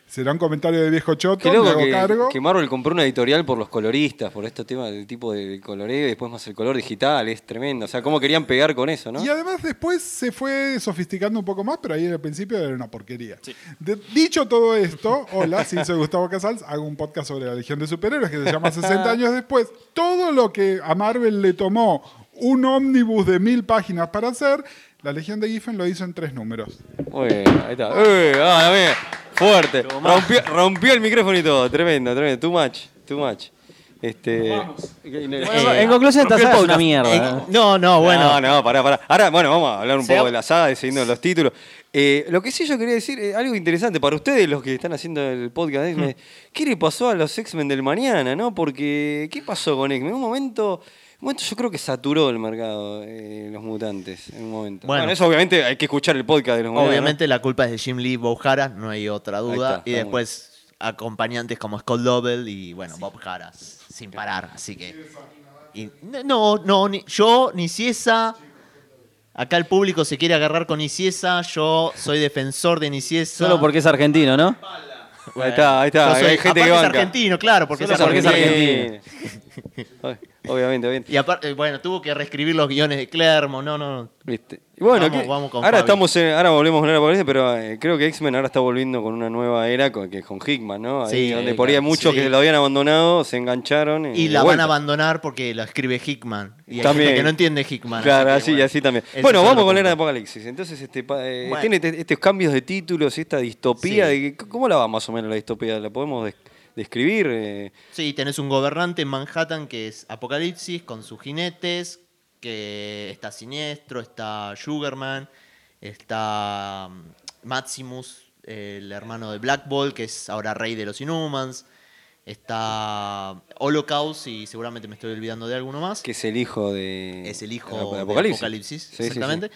H: será un comentario de viejo choto,
C: Qué
H: me
C: loco
H: hago
C: que,
H: cargo.
C: que Marvel compró una editorial por los coloristas, por este tema del tipo de coloreo y después más el color digital, es tremendo. O sea, cómo querían pegar con eso, ¿no?
H: Y además después se fue sofisticando un poco más, pero ahí en el principio era una porquería. De- dicho todo esto, hola, sí, soy Gustavo Casals, hago un podcast sobre la Legión de Superhéroes que
C: (laughs)
H: se llama 60 años después. Todo lo que a Marvel le tomó un ómnibus de mil páginas para hacer, la Legión de Giffen lo hizo en tres números.
C: Muy bien, ahí está. Eh, ah, bien. Fuerte. Rompió, rompió el micrófono y todo. Tremendo, tremendo. Too much, too much. Este.
F: Bueno, en conclusión, esta
D: Rompió el
F: saga es una
D: podcast.
F: mierda. ¿eh?
E: No, no, Ah, bueno.
C: No, no, pará, pará. Ahora, bueno, vamos a hablar un
E: Se
C: poco
E: ha-
C: de la saga, de siguiendo los títulos. Eh, lo que sí yo quería decir, eh, algo interesante para ustedes, los que están haciendo el podcast, X-Men,
E: Hmm.
C: ¿qué le pasó a los X-Men del mañana, no? Porque, ¿qué pasó con X-Men? En un momento, en un momento yo creo que saturó el mercado, eh, los mutantes, en un momento. Bueno,
E: Bueno.
C: eso obviamente hay que escuchar el podcast de los mutantes.
E: Obviamente la culpa es de Jim Lee Bob Hara, no hay otra
C: Ahí
E: duda.
C: está,
E: y
C: está
E: después acompañantes como Scott Lovell y bueno, Bob Hara, sin parar. Así que. y- no, no, ni- yo, ni Ciesa. Acá el público se quiere agarrar con Niciesa. Yo soy defensor de Niciesa.
F: Solo porque es argentino, ¿no?
C: Ahí está, ahí está,
E: Yo soy-
C: hay gente que
E: aparte es
C: banca.
E: argentino, claro, porque
F: Solo
E: es
F: porque es
E: argentino.
F: argentino.
C: Ay, Obviamente, obviamente.
E: Y aparte, eh, bueno, tuvo que reescribir los guiones de Clermont, no, no, no.
C: Viste. Y bueno,
E: Vamos-
C: ¿qué?
E: vamos con
C: ahora
E: Fabi.
C: estamos en- ahora volvemos a hablar por eso, pero eh, creo que X-Men ahora está volviendo con una nueva era con, que es con Hickman, ¿no? Ahí
E: Sí,
C: donde por ahí hay muchos
E: sí.
C: que lo habían abandonado, se engancharon.
E: Y
C: de
E: la van a
C: vuelta.
E: abandonar porque la escribe Hickman. Y hay
C: También.
E: gente que no entiende Hickman.
C: Claro,
E: que,
C: así,
E: bueno,
C: así también.
E: ese
C: Bueno,
E: es
C: vamos
E: otro
C: con la era de
E: punto.
C: Apocalipsis. Entonces, este, pa- eh,
E: Bueno.
C: tiene te- estos cambios de títulos, esta distopía.
E: Sí.
C: De, que- ¿Cómo la va más o menos la distopía? ¿La podemos des- describir? Eh,
E: Sí, tenés un gobernante en Manhattan que es Apocalipsis con sus jinetes, que está Siniestro, está Sugarman, está mm, Maximus, el hermano de Black Ball, que es ahora rey de los Inhumans, está Holocaust y seguramente me estoy olvidando de alguno más.
C: que es el hijo de.
E: es el hijo
C: de
E: de
C: Eh, Apocalipsis.
E: Apocalipsis,
C: Sí, sí, sí.
E: exactamente,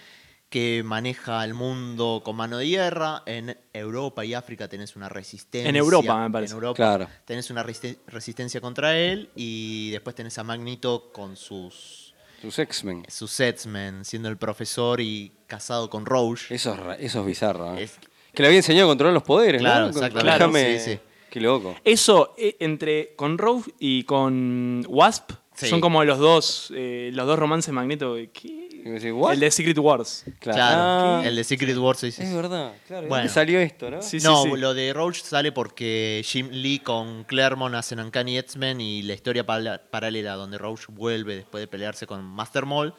E: que maneja el mundo con mano de hierra. En Europa y África tenés una resistencia.
D: En Europa, me parece.
E: En Europa
C: Claro.
E: tenés una resiste- resistencia contra él y después tenés a Magneto con sus,
C: Sus X-Men.
E: sus X-Men, siendo el profesor y casado con Roche.
C: Eso es, ra- eso es bizarro. ¿eh?
E: Es-
C: Que le había enseñado a controlar los poderes,
E: Claro,
C: ¿no? Con-
E: exactamente.
C: con-
E: Claro, sí, sí.
C: Qué loco.
D: Eso, eh, entre con Rove y con Wasp,
E: Sí.
D: son como los dos, eh, los dos romances magneto. de- ¿qué?
C: me decís, ¿what?
D: El de Secret Wars.
E: Claro,
C: Ah,
E: el de Secret Wars. sí, sí,
C: Es
E: sí.
C: verdad, claro. ¿de
E: Bueno.
C: dónde salió esto, ¿no?
D: Sí, sí,
E: no,
D: sí.
E: lo de Roach sale porque Jim Lee con Claremont hacen Uncanny X-Men y la historia pala- paralela donde Roach vuelve después de pelearse con Master Mole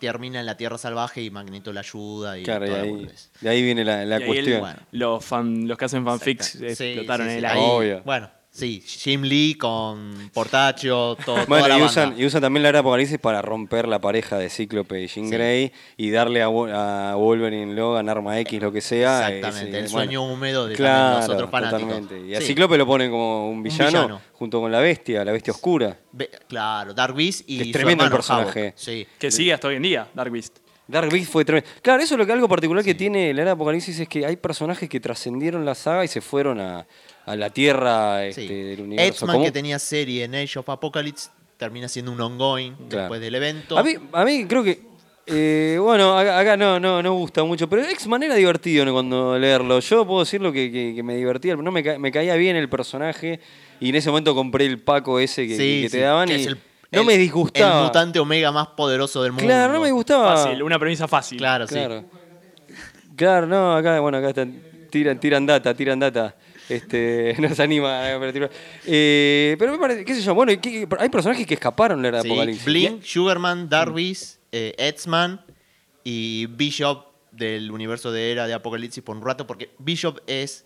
E: termina en la Tierra Salvaje y Magneto la ayuda y
C: Claro, y
E: toda la
C: ahí,
E: boludez.
C: de ahí viene la, la
D: Y ahí el-
C: cuestión.
E: bueno.
D: los, fan- los que hacen fanfics
E: Exacta- sí,
D: explotaron
E: sí, sí,
D: el
E: ahí-
D: aire.
C: Obvio.
E: Bueno, sí, Jim Lee con Portacho, todo, toda
C: Bueno,
E: la
C: y
E: banda.
C: usan, y usan también la era apocalipsis para romper la pareja de Cíclope y Jean
E: Sí.
C: Grey y darle a, Wo- a Wolverine, Logan, Arma X, lo que sea.
E: Exactamente,
C: ese-
E: el
C: bueno.
E: sueño húmedo de
C: Claro,
E: los otros fanáticos.
C: totalmente. Y a
E: Sí.
C: Cíclope lo ponen como un villano,
E: villano.
C: junto con la bestia, la bestia oscura.
E: Ve- claro, Dark Beast y
C: Que es
E: su
C: tremendo el
E: hermano,
C: personaje.
E: Havoc. Sí.
C: Oh.
D: Que sigue hasta hoy en día, Dark Beast.
C: Dark Beast fue tremendo. Claro, eso es lo que algo particular que tiene la era apocalipsis es que hay personajes que trascendieron la saga y se fueron a, a la tierra este,
E: Sí.
C: del universo.
E: X-Man,
C: común.
E: que tenía serie en Age of Apocalypse, termina siendo un ongoing
C: Claro.
E: después del evento.
C: A mí, a mí creo que. eh, bueno, acá acá no, no, no gusta mucho, pero X-Man era divertido ¿no? cuando leerlo. Yo puedo decirlo que, que, que me divertía, no me, ca- me caía bien el personaje y en ese momento compré el paco ese que,
E: Sí,
C: que te
E: sí,
C: daban
E: que
C: y
E: es el-
C: no
E: el-
C: me disgustaba.
E: El mutante omega más poderoso del mundo.
C: claro, no me gustaba.
D: Fácil, una premisa fácil.
E: Claro, sí.
C: Claro. Claro, no, acá, bueno, acá están, tiran, tiran data, tiran data. Este, (laughs) nos anima eh, para tirar. Eh, pero me parece, qué sé yo, bueno, y qué- hay personajes que escaparon de la era de
E: Sí,
C: Apocalipsis.
E: Blink, Sugarman, Darvis, eh, Edsman y Bishop del universo de Era de Apocalipsis por un rato, porque Bishop es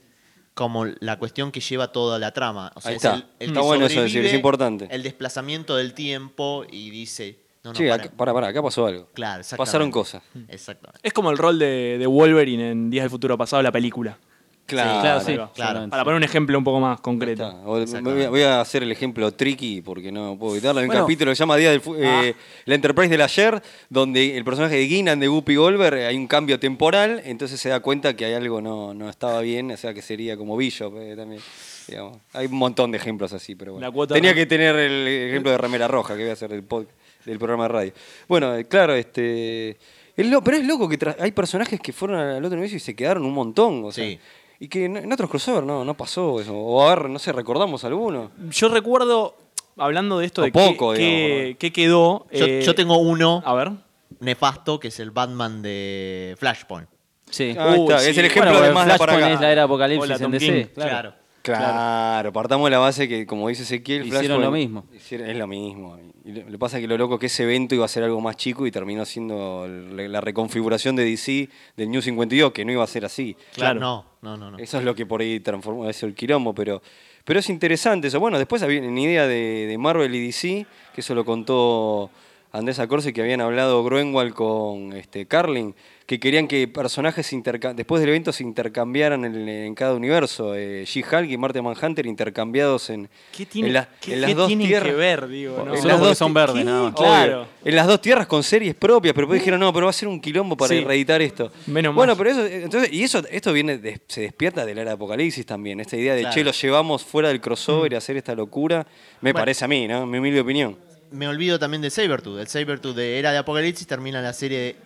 E: como la cuestión que lleva toda la trama. O sea,
C: Ahí
E: es
C: está.
E: el, el
C: Está
E: que
C: bueno eso decir,
E: sobrevive,
C: es importante.
E: El desplazamiento del tiempo y dice. No, no,
C: Che,
E: para.
C: acá, pará, pará, acá pasó algo.
E: Claro, exactamente. Mm.
C: Pasaron cosas.
E: Exactamente.
D: Es como el rol de, de Wolverine en Días del Futuro Pasado, la película.
F: Claro, sí.
D: Ahí va.
E: claro.
D: Para poner un ejemplo un poco más
C: Ahí
D: concreto.
C: está. O-
E: Exactamente.
C: voy a- Voy a hacer el ejemplo tricky porque no puedo evitarlo. Hay un
F: Bueno.
C: capítulo que se llama Día del Fu-
D: Ah.
C: eh, La Enterprise del Ayer, donde el personaje de Guinan de Guppy Golver eh, hay un cambio temporal, entonces se da cuenta que hay algo no, no estaba bien, o sea que sería como Bishop eh, también. digamos. Hay un montón de ejemplos así, pero bueno.
D: La cuota-
C: Tenía que tener el ejemplo de Remera Roja que voy a hacer del, pod- del programa de radio. Bueno, eh, claro, este. es lo- pero es loco que tra- hay personajes que fueron al otro universo y se quedaron un montón. O sea,
E: Sí.
C: y que en en otros crossover no, no pasó eso. O a ver, no sé, recordamos alguno.
D: Yo recuerdo, hablando de esto
C: O
D: de
C: poco, digamos,
D: qué, qué- qué quedó.
E: Yo,
D: eh,
E: yo tengo uno
D: A ver.
E: nefasto que es el Batman de Flashpoint.
F: Sí.
C: Ah, ahí está, es el ejemplo
F: Bueno,
C: de más de para
F: Flashpoint
C: acá.
F: es la era
D: Hola,
F: apocalipsis en
D: Tom
F: DC.
D: King.
F: claro.
C: Claro, partamos de la base que, como dice Ezequiel,
F: Hicieron
C: Flashpoint-
F: lo mismo.
C: hicieron- es lo mismo. Y lo, lo que pasa es que lo loco es que ese evento iba a ser algo más chico y terminó siendo el- la reconfiguración de DC del New 52, que no iba a ser así.
D: Claro.
E: No, no, no. no.
C: Eso es lo que por ahí transformó, es el quilombo, pero, pero es interesante eso. Bueno, después había una idea de, de Marvel y DC, que eso lo contó Andrés Acorsi, que habían hablado Groenwald con este, Carlin, que querían que personajes interca- después del evento se intercambiaran en, en cada universo. Eh, She-Hulk y Marty Manhunter intercambiados en,
D: ¿Qué tiene-
C: en la-
D: qué-
C: en las
D: qué
C: dos
D: tienen que
C: tierras.
D: ver, digo, no?
C: En
D: Solo
C: las
F: porque
C: dos
F: son
C: ti-
F: verdes,
C: ¿Qué?
F: nada más.
D: Claro.
C: Obvio. En las dos tierras con series propias, pero después dijeron, no, pero va a ser un quilombo para
D: Sí.
C: reeditar esto.
D: Menos
C: bueno,
D: mal.
C: pero eso, entonces, y eso, esto viene, de- se despierta del era de apocalipsis también, esta idea de
E: Claro.
C: che, lo llevamos fuera del crossover y hacer esta locura, me
E: Bueno.
C: parece a mí, ¿no? Mi humilde opinión.
E: Me olvido también de Sabertooth. El Sabertooth de Era de Apocalipsis termina la serie de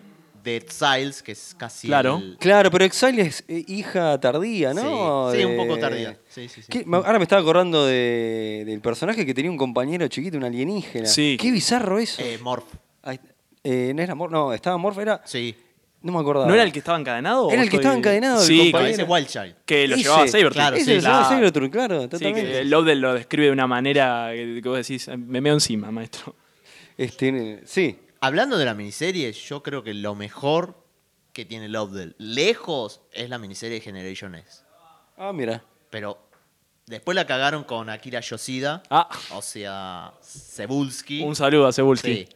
E: de Exiles, que es casi.
D: Claro.
E: el-
C: Claro, pero Exile es eh, hija tardía, ¿no?
E: Sí, sí, un poco
C: De-
E: tardía. Sí, sí, sí.
C: ¿Qué? Me- Ahora me estaba acordando de- del personaje que tenía un compañero chiquito, un alienígena.
D: Sí.
C: Qué bizarro eso.
E: Eh, Morph.
C: Ahí- eh, no era Morph, no, estaba Morph, era.
E: Sí.
C: No me acordaba.
D: ¿No era el que estaba encadenado?
C: Era el que
D: Estoy-
C: estaba encadenado, el
D: Sí,
C: compañero.
D: que,
E: Parece Wild Child.
D: que lo
C: Ese.
D: llevaba a Sabertooth.
E: Claro,
C: Ese
E: sí,
C: es el
D: claro.
C: Cybertron, claro,
D: Sí,
C: totalmente.
D: que Lobdell lo describe de una manera que que vos decís, me meo encima, maestro.
C: Este, eh, sí.
E: Hablando de la miniserie, yo creo que lo mejor que tiene Lovedale, lejos, es la miniserie de Generation X.
C: Ah, mira.
E: Pero después la cagaron con Akira Yoshida,
D: Ah.
E: o sea, Sebulski.
D: Un saludo a Sebulski.
E: Sí.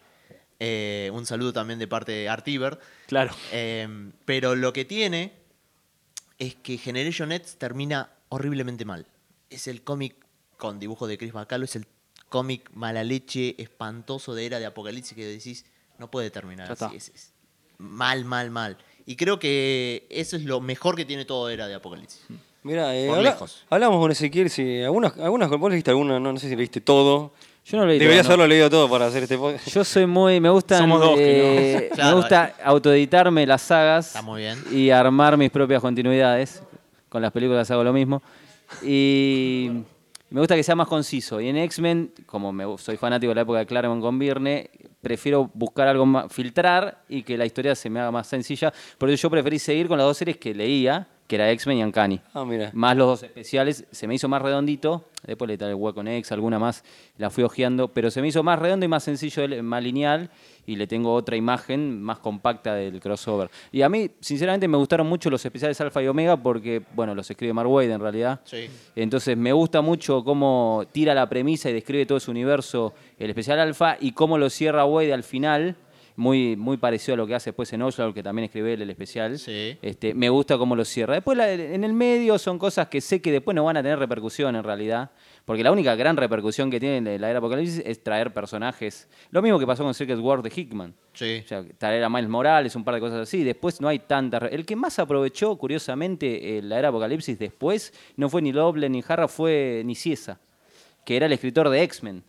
E: Eh, un saludo también de parte de Artiver.
D: Claro.
E: Eh, pero lo que tiene es que Generation X termina horriblemente mal. Es el cómic con dibujo de Chris Bacalo, es el cómic mala leche, espantoso de era de Apocalipsis que decís, no puede terminar
D: Ya está.
E: así. Es, es mal, mal, mal. Y creo que eso es lo mejor que tiene todo era de Apocalipsis.
D: Hmm.
C: Mira, eh,
E: Por
C: habla-
E: lejos.
C: hablamos con Ezequiel, si algunas, algunas, vos leíste alguna, no, no sé si leíste todo.
F: Yo no leí
C: Deberías
F: todo, no.
C: haberlo leído todo para hacer este podcast.
F: Yo soy muy. Me gusta.
D: Somos dos que
E: no. Claro.
F: Me gusta autoeditarme las sagas.
E: Está muy bien.
F: Y armar mis propias continuidades. Con las películas hago lo mismo. Y. Me gusta que sea más conciso. Y en X-Men, como me, soy fanático de la época de Claremont con Virne, prefiero buscar algo más, filtrar y que la historia se me haga más sencilla. Por eso yo preferí seguir con las dos series que leía, que era X-Men y Uncanny.
C: Ah, mira.
F: Más los dos especiales, se me hizo más redondito. Después le trae el Hueco Next, alguna más, la fui ojeando. Pero se me hizo más redondo y más sencillo, de le- más lineal. Y le tengo otra imagen más compacta del crossover. Y a mí, sinceramente, me gustaron mucho los especiales Alfa y Omega porque, bueno, los escribe Mark Wade en realidad.
E: Sí.
F: Entonces me gusta mucho cómo tira la premisa y describe todo su universo, el especial Alfa, y cómo lo cierra Wade al final. Muy, muy parecido a lo que hace después en Oslo, que también escribe él el especial.
E: Sí.
F: Este, me gusta cómo lo cierra. Después la- en el medio son cosas que sé que después no van a tener repercusión en realidad. Porque la única gran repercusión que tiene la era Apocalipsis es traer personajes. Lo mismo que pasó con Secret War de Hickman.
E: Sí.
F: O sea, traer a Miles Morales, un par de cosas así. Después no hay tantas. re- El que más aprovechó, curiosamente, eh, la era Apocalipsis después no fue ni Loble ni Jarra, fue ni Ciesa, que era el escritor de X-Men.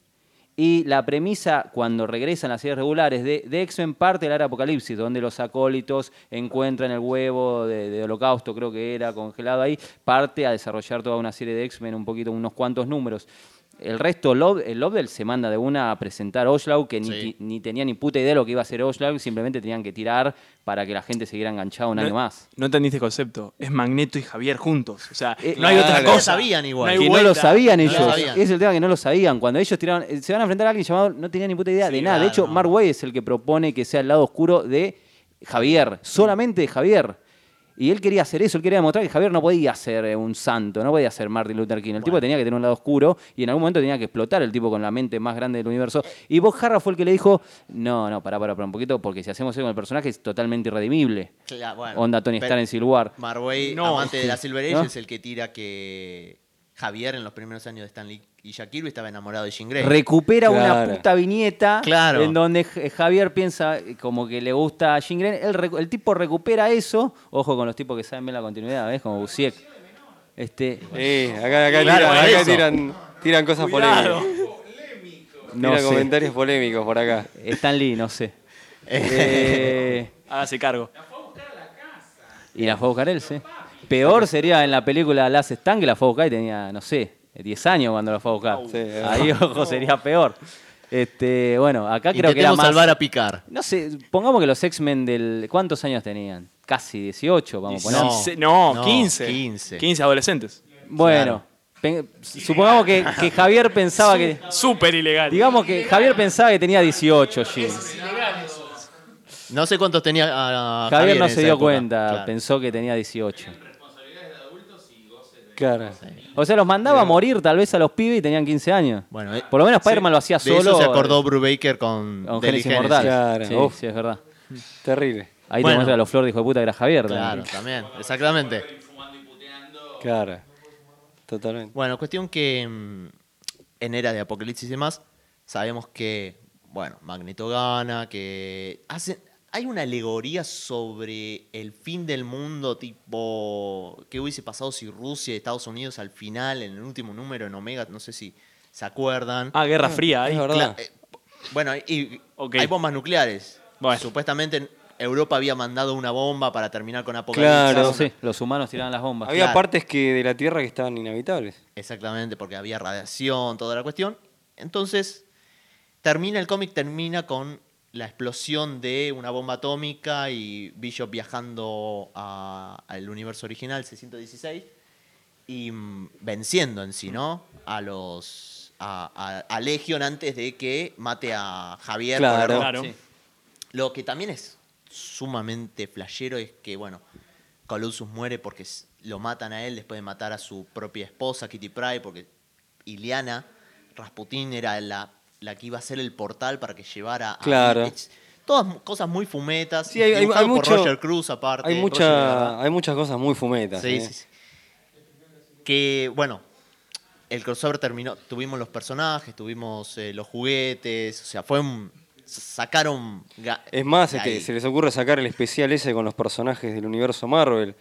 F: Y la premisa, cuando regresan las series regulares de, de X-Men, parte de la era Apocalipsis, donde los acólitos encuentran el huevo de, de Holocausto, creo que era congelado ahí, parte a desarrollar toda una serie de X-Men, un poquito, unos cuantos números. El resto, Lob- el Lobdell se manda de una a presentar Oslau, que ni,
E: Sí.
F: ti- ni tenía ni puta idea de lo que iba a hacer Oslau, simplemente tenían que tirar para que la gente siguiera enganchada un año más.
D: No entendiste el concepto. Es Magneto y Javier juntos. O sea,
F: Eh,
D: no hay otra
C: claro.
E: No lo
D: cosa.
E: sabían igual.
D: hay
F: Que no
D: vuelta.
F: lo sabían
E: No lo
F: ellos.
E: sabían.
F: Es el tema que no lo sabían. Cuando ellos tiraron, eh, se van a enfrentar a alguien llamado, no tenía ni puta idea de nada. de
E: claro,
F: hecho,
E: no.
F: Mark Way es el que propone que sea el lado oscuro de Javier, solamente de Javier. Y él quería hacer eso, él quería demostrar que Javier no podía ser eh, un santo, no podía ser Martin Luther King. El tipo tenía que tener un lado oscuro y en algún momento tenía que explotar el tipo con la mente más grande del universo. Y Bob Harra fue el que le dijo, no, no, pará, pará, pará un poquito, porque si hacemos eso con el personaje es totalmente irredimible.
E: Claro, ah, bueno.
F: Onda Tony Stark
E: Pero-
F: en Silwar.
E: Marway,
D: No,
E: amante de la Silver Age,
F: ¿no?
E: es el que tira que Javier en los primeros años de Stanley y Shakiro estaba enamorado de Jean Grey.
F: recupera
C: Claro.
F: una puta viñeta
E: Claro.
F: en donde J- Javier piensa eh, como que le gusta a Jean Grey. El, recu- el tipo recupera eso. Ojo con los tipos que saben bien la continuidad, ¿ves? Como Busiek. Este,
C: Eh, acá, acá
E: Claro,
C: tiran,
E: eso.
C: acá tiran, tiran cosas
D: Cuidado.
C: polémicas.
F: no
C: tiran
F: sé.
C: comentarios polémicos por acá.
F: Stan Lee,
E: (laughs)
F: no sé. Eh,
D: Hágase cargo.
F: y la fue a buscar él, sí. Peor sería en la película Las Stan que la fue a buscar y tenía, no sé, 10 años cuando la fue a buscar.
C: Sí, es
F: Ahí, ojo, sería peor. Este, bueno, acá creo que era
E: Intentemos
F: más...
E: salvar a Picar.
F: No sé, pongamos que los X-Men del. ¿Cuántos años tenían? Casi 18,
C: pues
F: vamos a poner.
E: No,
D: Se- No,
E: no,
D: 15.
E: 15.
D: 15 adolescentes.
F: Bueno, pen- supongamos que, que Javier
C: Ah,
F: pensaba que.
D: Súper ilegal.
F: Digamos que Javier pensaba que tenía 18, Jim.
E: No sé cuántos tenía ah,
F: Javier no
E: en
F: se
E: esa
F: dio
E: época.
F: cuenta,
E: Claro.
F: pensó que tenía 18.
C: Claro.
F: O sea, los mandaba a morir tal vez a los pibes y tenían 15 años.
E: Bueno, eh,
F: Por lo menos Spider-Man lo hacía
E: de
F: solo.
E: eso se acordó Brubaker con,
F: Con
E: Daily
F: Génesis
E: Genesis.
F: Mortal.
C: Claro,
F: Sí,
C: uf.
F: sí, es verdad.
C: Terrible.
F: Ahí
E: Bueno.
F: te muestra a los flor de hijo de puta que era Javier.
E: Claro,
F: también.
E: también, exactamente.
C: Claro. Totalmente.
E: Bueno, cuestión que mm, en era de apocalipsis y demás, sabemos que, bueno, Magneto gana, que hacen, hay una alegoría sobre el fin del mundo, tipo, ¿qué hubiese pasado si Rusia y Estados Unidos al final, en el último número, en Omega, no sé si se acuerdan?
D: Ah, Guerra Fría
C: Es
D: ahí.
C: verdad.
E: Cla- eh, bueno, y
D: Ok.
E: hay bombas nucleares.
D: Bueno.
E: Supuestamente Europa había mandado una bomba para terminar con Apocalipsis.
F: Claro, sí. Los humanos tiraban las bombas.
C: Había
E: Claro.
C: partes que de la Tierra que estaban inhabitables.
E: Exactamente, porque había radiación, toda la cuestión. Entonces, termina el cómic, termina con la explosión de una bomba atómica y Bishop viajando a- al universo original, 616, y mm, venciendo en sí, ¿no? A los. A, a- a Legion antes de que mate a Javier. por
C: Claro.
E: error.
D: Claro.
F: Sí.
E: Lo que también es sumamente flashero es que, bueno, Colossus muere porque s- lo matan a él después de matar a su propia esposa, Kitty Pryde, porque Iliana Rasputin era la, la que iba a ser el portal para que llevara a...
C: Claro.
E: es- todas mu- cosas muy fumetas.
C: Sí, hay- hay-
E: dibujado
C: hay
E: por
C: mucho-
E: Roger Cruz, aparte.
C: Hay,
E: Roger Ebert.
C: mucha, hay muchas cosas muy fumetas.
E: Sí,
C: eh.
E: sí, sí. Que, bueno, el crossover terminó. Tuvimos los personajes, tuvimos eh, los juguetes, o sea, fue un. Sacaron. ga-
C: Es más,
E: de
C: este,
E: ahí.
C: se les ocurre sacar el especial ese con los personajes del universo Marvel,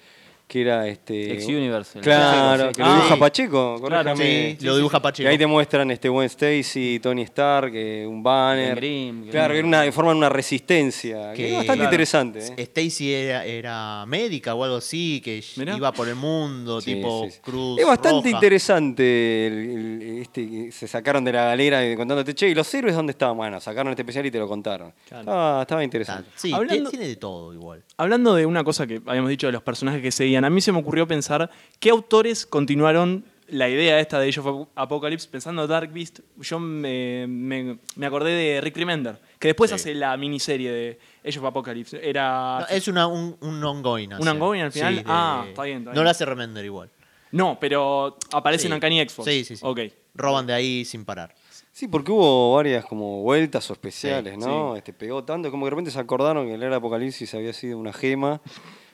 C: que era este.
F: Ex-Universe, el
C: Claro,
F: Pacheco, sí.
C: que lo dibuja
E: Ah.
C: Pacheco,
F: Claro,
E: Sí,
C: corríjame.
E: lo dibuja
C: Y
E: Pacheco.
C: ahí te muestran este Gwen Stacy, Tony Stark, eh, un banner.
F: Ben Grimm,
C: claro,
F: Grimm.
C: que era una, forman una resistencia. Que
E: Que-
C: es bastante
E: Claro.
C: interesante. eh.
E: Stacy era, era médica o algo así, que
D: Mirá.
E: iba por el mundo,
C: Sí,
E: tipo
C: sí, sí.
E: cruz.
C: Es bastante
E: roja.
C: interesante el- el- este, que se sacaron de la galera y contándote, che, ¿y los héroes dónde estaban? Bueno, sacaron este especial y te lo contaron.
D: Claro.
C: Estaba, estaba
E: Está-
C: interesante.
E: Sí,
D: Hablando-
E: tie- tiene de todo igual.
D: Hablando de una cosa que habíamos dicho de los personajes que seguían, a mí se me ocurrió pensar qué autores continuaron la idea esta de Age of Apocalypse pensando Dark Beast. Yo me, me- me acordé de Rick Remender, que después
E: Sí.
D: hace la miniserie de Age of Apocalypse. Era.
E: No, es una, un, un ongoing.
D: Ah, ¿Un
E: hace.
D: ongoing al final?
E: de-
D: Ah, está bien, está
E: No
D: bien.
E: lo hace Remender igual.
D: No, pero aparece
E: Sí.
D: en Uncanny X-Force.
E: Sí, sí, sí.
D: Ok.
E: Roban de ahí sin parar.
C: Sí, porque hubo varias como vueltas o especiales,
D: Sí,
C: ¿no? Este, pegó tanto, como que de repente se acordaron que el era Apocalipsis había sido una gema.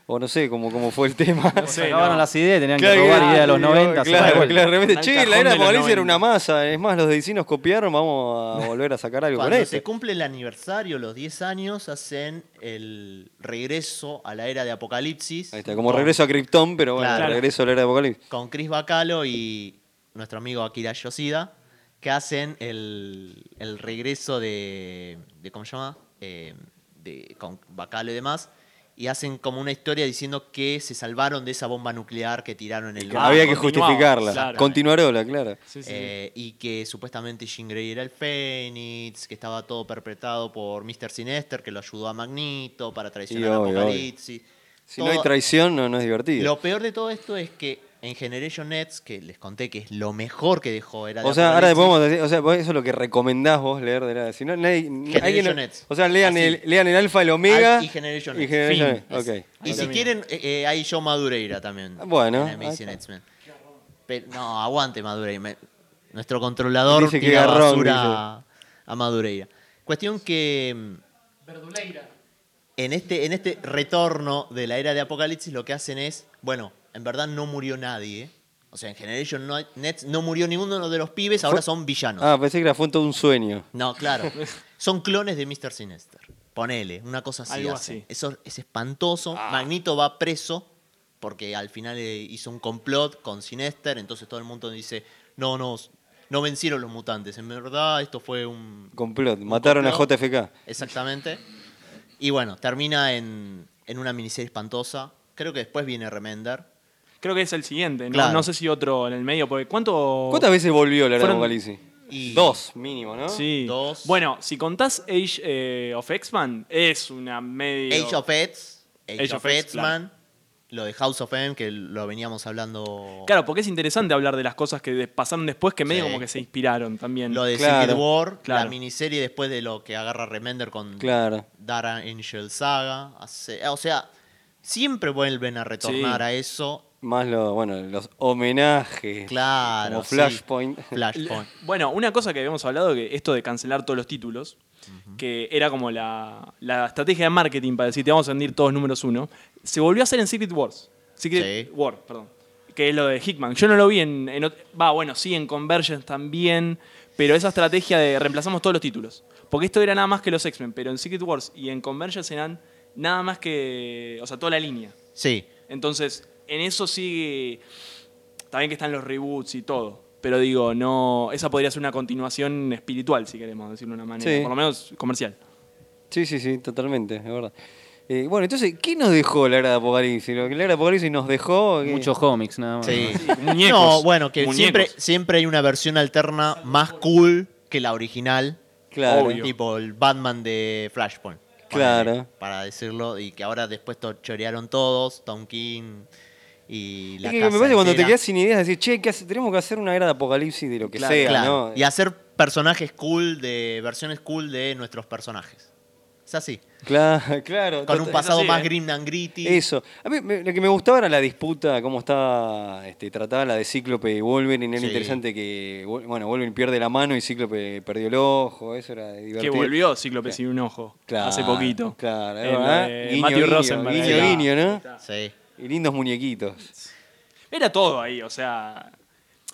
C: O no sé cómo, cómo fue el tema.
D: Sí,
C: (laughs)
F: Sacaban
D: no.
F: las ideas, tenían que robar ideas de los 90. sacar
C: Claro,
F: vuelta.
C: claro, de repente,
D: Al
C: che,
D: cajón
C: la era
D: de los
C: Apocalipsis era
D: 90.
C: una masa. Es más, los de DC nos copiaron, vamos a volver a sacar algo con este.
E: Cuando
C: esto.
E: se cumple el aniversario, los 10 años, hacen el regreso a la era de Apocalipsis.
C: Ahí está, como
E: con-
C: regreso a Krypton, pero bueno,
E: Claro.
C: regreso a la era de Apocalipsis.
E: Con Chris Bacalo y nuestro amigo Akira Yoshida, que hacen el, el regreso de, de- ¿Cómo se llama? Eh, de, con Bacalo y demás. Y hacen como una historia diciendo que se salvaron de esa bomba nuclear que tiraron en el
D: Ah,
C: Había que
D: continuaba,
C: justificarla.
D: claro.
C: Continuarola, claro.
D: Sí, sí, sí.
E: Eh, y que supuestamente Jean Grey era el Fénix, que estaba todo perpetrado por Mr. Sinister, que lo ayudó a Magneto para traicionar
C: obvio, obvio.
E: a Apocalipsis.
C: Si no hay
E: Todo-
C: traición, no, no es divertido.
E: Lo peor de todo esto es que en Generation Nets, que les conté que es lo mejor que dejó, era de
C: O sea, ahora le
E: Apocalipsis,
C: podemos decir, o sea, vos- eso es lo que recomendás vos leer de la si no, nadie- alguien-
E: Generationettes.
C: O sea, lean
E: Así.
C: el, lean el alfa, el omega
E: Al- y Generation
C: y
E: X.
C: Generation
E: Fin.
C: X.
E: Y
C: Ok.
E: si quieren, eh, eh, hay Joe Madureira también.
C: Ah, bueno,
E: en Amazing
C: ahí
E: X-Men. Pero, no, aguante Madureira. Me- nuestro controlador
C: Dice que
E: tira
C: garrón,
E: basura
C: dice.
E: a, a Madureira. Cuestión que mm,
G: Verduleira.
E: en este, en este retorno de la era de Apocalipsis lo que hacen es, bueno, en verdad no murió nadie. O sea, en Generation No- Nets no murió ninguno de los pibes, ahora
C: Fue-
E: son villanos.
C: Ah, pensé que era fue todo un sueño.
E: No, claro. Son clones de Mr. Sinister. Ponele, una cosa así.
D: Algo
E: hacen.
D: así.
E: Eso es espantoso. Magnito va preso porque al final eh, hizo un complot con Sinister, entonces todo el mundo dice, no, no, no vencieron los mutantes. En verdad, esto fue un...
C: Complot,
E: un
C: mataron
E: complot.
C: a JFK.
E: Exactamente. Y bueno, termina en, en una miniserie espantosa. Creo que después viene Remender.
D: Creo que es el siguiente. ¿no?
E: Claro.
D: No sé si otro en el medio, porque ¿cuánto.
C: ¿Cuántas veces volvió la era de
D: Fueron-
C: Apocalipsis?
E: Y-
C: Dos, mínimo, ¿no?
D: Sí.
E: Dos.
D: Bueno, si contás Age eh, of X-Man, es una medio.
E: Age of Eds, Age,
D: Age
E: of
D: of Eds,
E: Edsman, lo de House of M, que lo veníamos hablando...
D: Oh. Claro, porque es interesante hablar de las cosas que de- pasaron después que medio
E: Sí.
D: como que se inspiraron también.
E: Lo de
C: Claro.
E: Civil War, la
D: Claro.
E: miniserie después de lo que agarra Remender con
C: Claro.
E: Dark Angel Saga. hace- o sea, siempre vuelven a retornar
D: Sí.
E: a eso.
C: Más los, bueno, los homenajes.
E: Claro.
C: Como
E: sí.
C: Flashpoint.
E: Flashpoint.
D: Bueno, una cosa que habíamos hablado, que esto de cancelar todos los títulos, que era como la, la estrategia de marketing para decir te vamos a vender todos números uno, se volvió a hacer en Secret Wars. Secret
E: Sí.
D: War, perdón. Que es lo de Hickman. Yo no lo vi en. en ot- Va, bueno, sí, en Convergence también. Pero esa estrategia de reemplazamos todos los títulos. Porque esto era nada más que los X-Men, pero en Secret Wars y en Convergence eran nada más que. O sea, toda la línea.
E: Sí.
D: Entonces, en eso sí. También que están los reboots y todo. Pero digo, no. Esa podría ser una continuación espiritual, si queremos decirlo de una manera.
C: Sí.
D: Por lo menos comercial.
C: Sí, sí, sí, totalmente, es verdad. Eh, bueno, entonces, ¿qué nos dejó la era de Apocalipsis? Lo que la era de Apocalipsis nos dejó. eh, que-
F: Muchos cómics, nada más.
E: Sí.
C: Muñecos.
E: No, bueno, que
C: Muñecos.
E: siempre, siempre hay una versión alterna más cool que la original.
C: Claro.
D: Obvio.
E: Tipo el Batman de Flashpoint. ponele,
C: Claro.
E: Para decirlo, y que ahora después to- chorearon todos, Tom King y la
C: Es que me
E: casa
C: parece que cuando te
E: entera.
C: quedas sin ideas, decir, che, ¿qué hace? tenemos que hacer una era de apocalipsis de lo que sea,
E: Claro,
C: ¿no?
E: Y hacer personajes cool, de versiones cool de nuestros personajes. Es así.
C: Claro, (laughs) claro.
E: Con
C: Tot-
E: un
C: es
E: pasado
C: así,
E: más
C: ¿eh?
E: grim and gritty.
C: Eso. A mí me- lo que me gustaba era la disputa, cómo está este, tratada la de Cíclope y Wolverine. Era
E: Sí.
C: interesante que, Wol- bueno, Wolverine pierde la mano y Cíclope perdió el ojo. Eso era
D: Que
C: divertido.
D: volvió Cíclope sin un ojo.
C: Claro,
D: hace poquito.
C: Claro, es
D: En la
C: verdad.
D: de
C: Guiño,
D: Matthew
C: guiño,
D: Rosenberg.
C: guiño,
D: Ahí
C: guiño, ¿no?
D: está.
E: Sí.
C: Y lindos muñequitos.
D: Era todo ahí, o sea.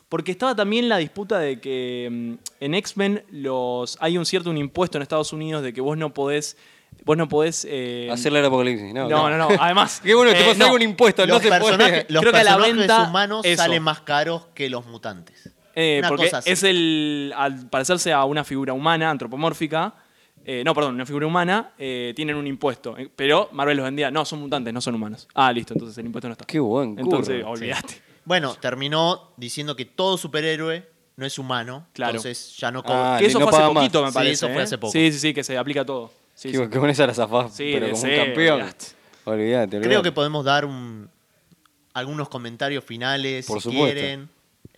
D: Porque estaba también la disputa de que mm, en X-Men los hay un cierto un impuesto en Estados Unidos de que vos no podés. Vos no podés. eh,
C: Hacer la era apocalipsis, ¿no?
D: no, no, no, Además.
C: (laughs) Qué bueno, te
D: eh,
C: pasó
D: no.
C: algún impuesto, no
E: Los
C: se puede.
E: personajes, los
D: Creo que a la
E: personajes
D: venta,
E: humanos
D: eso.
E: salen más caros que los mutantes.
D: Eh,
E: Una
D: porque
E: cosa así.
D: es el. Al parecerse a una figura humana, antropomórfica. eh, no, perdón, una figura humana, eh, tienen un impuesto. eh, Pero Marvel los vendía. No, son mutantes, no son humanos. Ah, listo, entonces el impuesto no está.
C: (laughs) Qué buen curro.
D: Entonces, olvídate.
E: Bueno, terminó diciendo que todo superhéroe no es humano.
D: Claro.
E: Entonces ya no
C: Ah,
E: cobra.
D: que eso
C: no
D: fue hace
C: paga más.
D: poquito, me
E: Sí,
D: parece.
E: eso fue
D: ¿eh?
E: hace poco.
D: Sí, sí, sí, que se aplica todo. Sí,
C: Qué
D: sí.
C: bu- qué con esa la zafás,
D: Sí,
C: pero
D: de
C: como un
D: cero,
C: campeón.
D: olvidate.
C: Olvídate,
E: Creo
C: olvidate.
E: que podemos dar un- algunos comentarios finales
C: Por
E: si
C: supuesto.
E: quieren.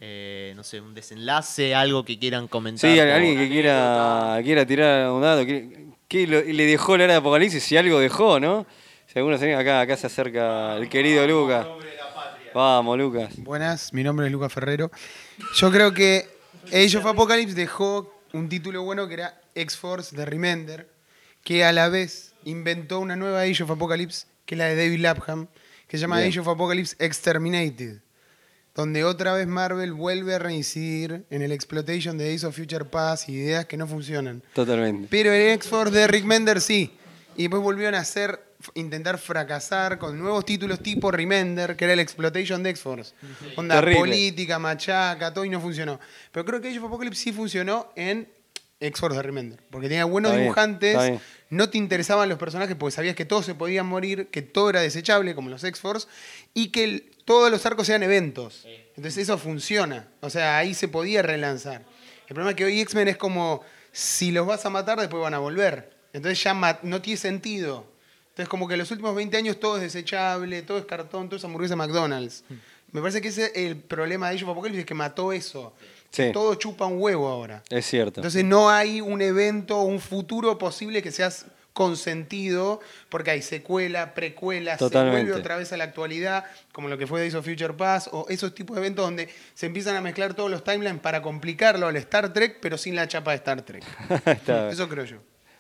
E: Eh, no sé, un desenlace, algo que quieran comentar.
C: Sí,
E: por-
C: alguien que quiera, quiera tirar un dado. que- que lo- le dejó la era de Apocalipsis? Si algo dejó, ¿no? Si alguno se acá, acá se acerca el querido Lucas. Vamos, Lucas.
I: Buenas, mi nombre es Lucas Ferrero. Yo creo que Age of Apocalypse dejó un título bueno que era X-Force de Remender, que a la vez inventó una nueva Age of Apocalypse, que es la de David Lapham, que se llama
C: Bien.
I: Age of Apocalypse Exterminated, donde otra vez Marvel vuelve a reincidir en el exploitation de Days of Future Past y ideas que no funcionan.
C: Totalmente.
I: Pero el X-Force de Rick Mender sí. Y después volvieron a hacer, f- intentar fracasar con nuevos títulos tipo Remender, que era el Exploitation de X-Force. Onda
C: Terrible.
I: política, machaca, todo y no funcionó. Pero creo que Age of Apocalypse sí funcionó en X-Force de Remender. Porque tenía buenos
C: Está bien,
I: dibujantes,
C: está bien.
I: no te interesaban los personajes porque sabías que todos se podían morir, que todo era desechable, como los X-Force, y que el- todos los arcos eran eventos. Entonces eso funciona. O sea, ahí se podía relanzar. El problema es que hoy X-Men es como, si los vas a matar, después van a volver. Entonces ya ma- no tiene sentido. Entonces como que los últimos 20 años todo es desechable, todo es cartón, todo es hamburguesa McDonald's. Me parece que ese es el problema de ellos, Apocalypse, es que mató eso.
C: Sí.
I: Todo chupa un huevo ahora.
C: Es cierto.
I: Entonces no hay un evento, un futuro posible que seas consentido, porque hay secuela, precuela, se
C: Totalmente.
I: vuelve otra vez a la actualidad, como lo que fue Days of Future Pass, o esos tipos de eventos donde se empiezan a mezclar todos los timelines para complicarlo al Star Trek, pero sin la chapa de Star Trek.
C: (laughs) está,
I: Eso creo yo.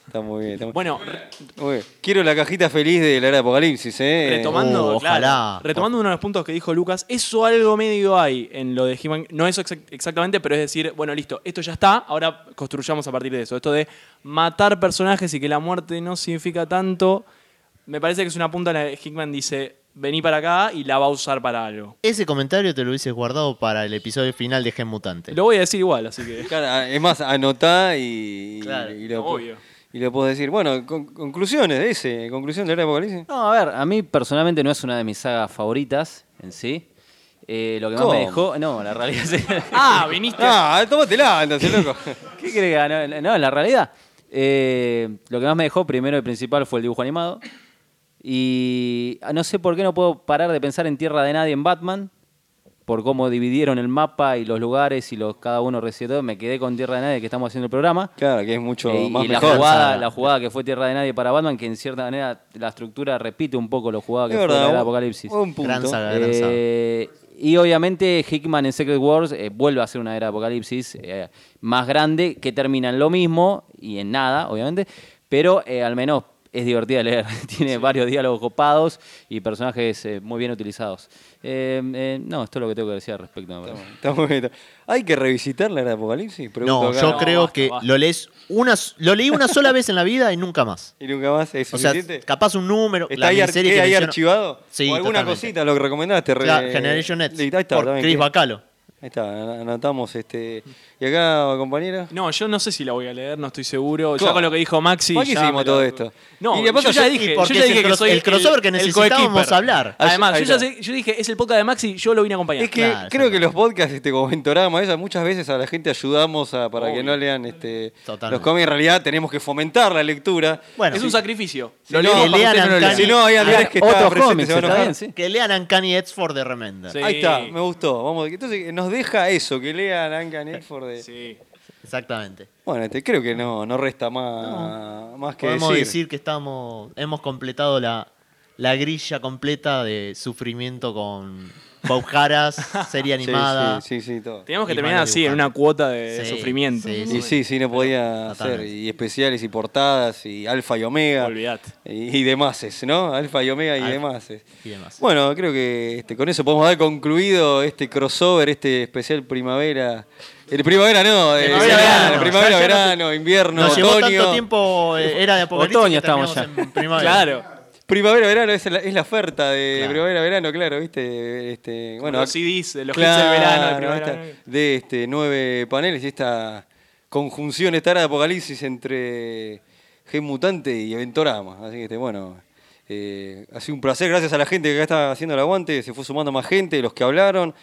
C: está muy bien. está muy-
D: Bueno, re-
C: muy bien. Quiero la cajita feliz de la era de Apocalipsis, ¿eh?
D: retomando,
E: oh,
D: claro,
E: ojalá.
D: retomando uno de los puntos que dijo Lucas, eso algo medio hay en lo de He-Man. No eso exac- exactamente, pero es decir, bueno, listo, esto ya está, ahora construyamos a partir de eso. Esto de matar personajes y que la muerte no significa tanto, me parece que es una punta en la que Hickman dice, vení para acá y la va a usar para algo.
E: Ese comentario te lo hubieses guardado para el episodio final de Gen Mutante.
D: Lo voy a decir igual, así
C: (laughs)
D: que...
C: Claro, a- es más, anotá y,
E: Claro,
C: y lo,
D: obvio.
C: y lo puedo decir. Bueno, con- conclusiones de ese, conclusión de la era de Apocalipsis.
F: No, a ver, a mí personalmente no es una de mis sagas favoritas en sí. Eh, lo que más
C: ¿Cómo?
F: me dejó. No, la realidad (laughs) es.
D: Ah, viniste...
C: Ah, tómatela,
E: (laughs)
C: entonces, loco.
F: ¿Qué crees? No, no, en la realidad. eh, lo que más me dejó, primero y principal, fue el dibujo animado. Y ah, no sé por qué no puedo parar de pensar en Tierra de Nadie en Batman. Por cómo dividieron el mapa y los lugares y los cada uno recetó. Me quedé con Tierra de Nadie que estamos haciendo el programa.
C: Claro, que es mucho
F: Eh, y
C: más
F: la
C: mejor. Ah.
F: jugada, la jugada que fue Tierra de Nadie para Batman, que en cierta manera la estructura repite un poco lo jugado que
C: Es
F: fue la
C: verdad,
F: era de
C: un-
F: Apocalipsis.
C: un punto.
E: Gran saga, gran saga.
F: Eh, y obviamente Hickman en Secret Wars eh, vuelve a ser una era de apocalipsis eh, más grande que termina en lo mismo y en nada, obviamente, pero eh, al menos es divertida de leer. (laughs) Tiene varios diálogos copados y personajes eh, muy bien utilizados. Eh, eh, no, esto es lo que tengo que decir al respecto. me parece.
C: Está muy bien. ¿Hay que revisitar la era de Apocalipsis? Pregunto
E: No,
C: acá.
E: yo
D: No,
E: creo
D: basta,
E: que
D: basta.
E: lo lees una, s- lo leí una sola vez en la vida y nunca más.
C: ¿Y nunca más? ¿Es
E: O sea,
C: suficiente?
E: capaz un número,
C: ¿Está
E: la
C: ahí, ar-
E: miniserie
C: queda
E: que
C: ahí
E: menciono-
C: archivado?
E: Sí,
C: ¿O alguna
E: totalmente.
C: cosita lo que recomendaste? re-
E: Claro, Generation X
C: Ahí está,
E: por
C: también,
E: Chris
C: que-
E: Bacalo.
C: Ahí está, an- anotamos este. Y acá, compañera.
D: No, yo no sé si la voy a leer, no estoy seguro. Ya
C: Claro.
D: con lo que dijo Maxi.
C: ¿Para qué
D: ya
C: hicimos
D: me lo-
C: todo esto?
D: No,
C: Y aparte
D: yo ya
C: yo-
D: dije,
E: ¿Y
D: yo
E: por qué
D: ya
E: es
D: dije
E: el
D: que
E: cros-
D: soy
E: el crossover que
D: el
E: necesitábamos
D: coequiper.
E: hablar?
D: Además,
C: Ahí
D: yo, ya
C: está.
D: sé- yo dije, es el podcast de Maxi, yo lo vine a acompañar.
C: Es que
E: Claro,
C: creo que
E: exactamente.
C: los podcasts este, como Ventorama, esas, muchas veces a la gente ayudamos a, para que
D: Obvio.
C: no lean este,
E: Totalmente.
C: los cómics. En realidad tenemos que fomentar la lectura.
E: Bueno,
D: es un sacrificio.
C: Si no,
E: leemos
C: para
E: para que
C: ustedes
E: lean
C: no lo lean.
E: Uncanny.
C: Si no, hay Andrés que está
F: Otros
C: presente,
F: cómics,
C: se va a
F: está
C: enojar.
F: bien, sí.
E: Que lean Uncanny Eds for the Remender.
D: Sí.
C: Ahí está, me gustó. Vamos, entonces nos deja eso, que lean Anka Netford de...
D: Sí.
E: Exactamente.
C: Bueno, este, creo que no, no resta más, más que
E: Podemos
C: decir.
E: decir? que estamos, hemos completado la, la grilla completa de sufrimiento con Bob Caras, serie
C: (laughs) Sí,
E: animada.
C: Sí, sí, sí, todo.
D: Teníamos que
E: Y
D: terminar
E: malos
D: así, en una
E: dibujantes.
D: cuota de
E: Sí,
D: sufrimiento.
E: sí,
C: Y sí, sí, no podía hacer.
E: Totalmente.
C: Y especiales y portadas y alfa y omega.
D: Olvidate.
C: Y, y demás, ¿no? Alfa y omega y
E: Alfa.
C: demás.
E: Y demás.
C: Bueno, creo que este, con eso podemos dar concluido este crossover, este especial primavera. El primavera no, eh,
E: Primavera,
C: primavera,
E: verano.
C: primavera,
E: Ya- ya no te-
C: verano, invierno,
E: Nos llevó
C: otoño.
E: tanto tiempo, eh, era de apocalipsis.
F: Otoño
E: que
F: estamos
E: terminamos
F: ya.
E: en primavera.
D: (laughs) Claro.
C: Primavera, verano es la, es la oferta de
E: Claro.
C: primavera, verano, claro, ¿viste? Este, bueno,
D: los
C: ac-
D: CDs de los hits del verano, de
C: Claro,
D: primavera,
C: esta-
D: verano.
C: de este, nueve paneles y esta conjunción, esta era de apocalipsis entre Gen Mutante y Eventorama. Así que, este, bueno, eh, ha sido un placer, gracias a la gente que acá está haciendo el aguante, se fue sumando más gente, los que hablaron.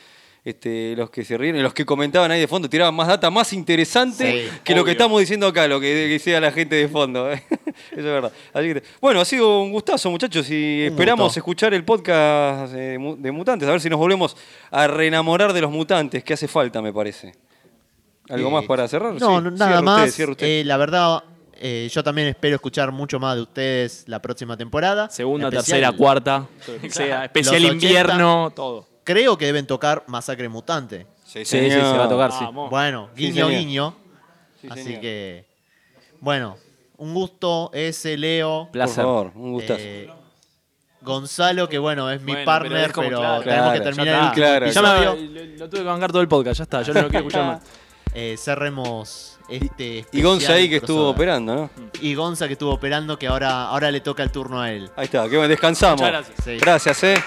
C: Este, los que se rieron, los que comentaban ahí de fondo, tiraban más data más interesante
E: Sí,
C: que lo que
D: obvio.
C: estamos diciendo acá, lo que decía la gente de fondo. ¿eh? (laughs) Eso es verdad. Así que, bueno, ha sido un gustazo, muchachos, y
E: Un
C: esperamos
E: gusto.
C: escuchar el podcast eh, mu- de mutantes, a ver si nos volvemos a reenamorar de los mutantes, que hace falta, me parece. ¿Algo
E: Eh,
C: más para cerrar?
E: No,
C: Sí,
E: no,
C: cierre
E: nada
C: usted,
E: más.
C: cierre usted.
E: Eh, la verdad, eh, yo también espero escuchar mucho más de ustedes la próxima temporada.
D: Segunda,
E: Especial-
D: tercera, cuarta. o sea, especial
E: Los 80.
D: invierno, todo.
E: Creo que deben tocar Masacre Mutante.
C: Sí,
F: Sí, sí, se
C: señor.
F: va a tocar, sí.
D: Vamos.
E: Bueno,
C: Sí,
E: guiño,
C: señor.
E: guiño.
C: Sí,
E: Así
C: señor.
E: que, bueno, un gusto ese Leo.
C: Por
F: Placer.
C: favor, un gustazo.
E: eh, Gonzalo, que bueno, es mi
D: Bueno, pero
E: partner,
D: es como-
E: pero,
D: claro,
E: tenemos que
C: claro,
E: terminar
D: ya
E: el
D: está.
E: último
C: Claro,
D: Y ya me-
E: episodio.
D: lo, lo tuve que bancar todo el podcast, ya está, yo no lo quiero
E: (laughs)
D: escuchar más.
E: Eh, cerremos este
C: Y Gonza ahí que
E: especial
C: estuvo
E: crossover.
C: operando, ¿no?
E: Y Gonza que estuvo operando, que ahora, ahora le toca el turno a él.
C: Ahí está, que bueno, descansamos.
D: Muchas gracias.
E: Sí.
C: Gracias, eh.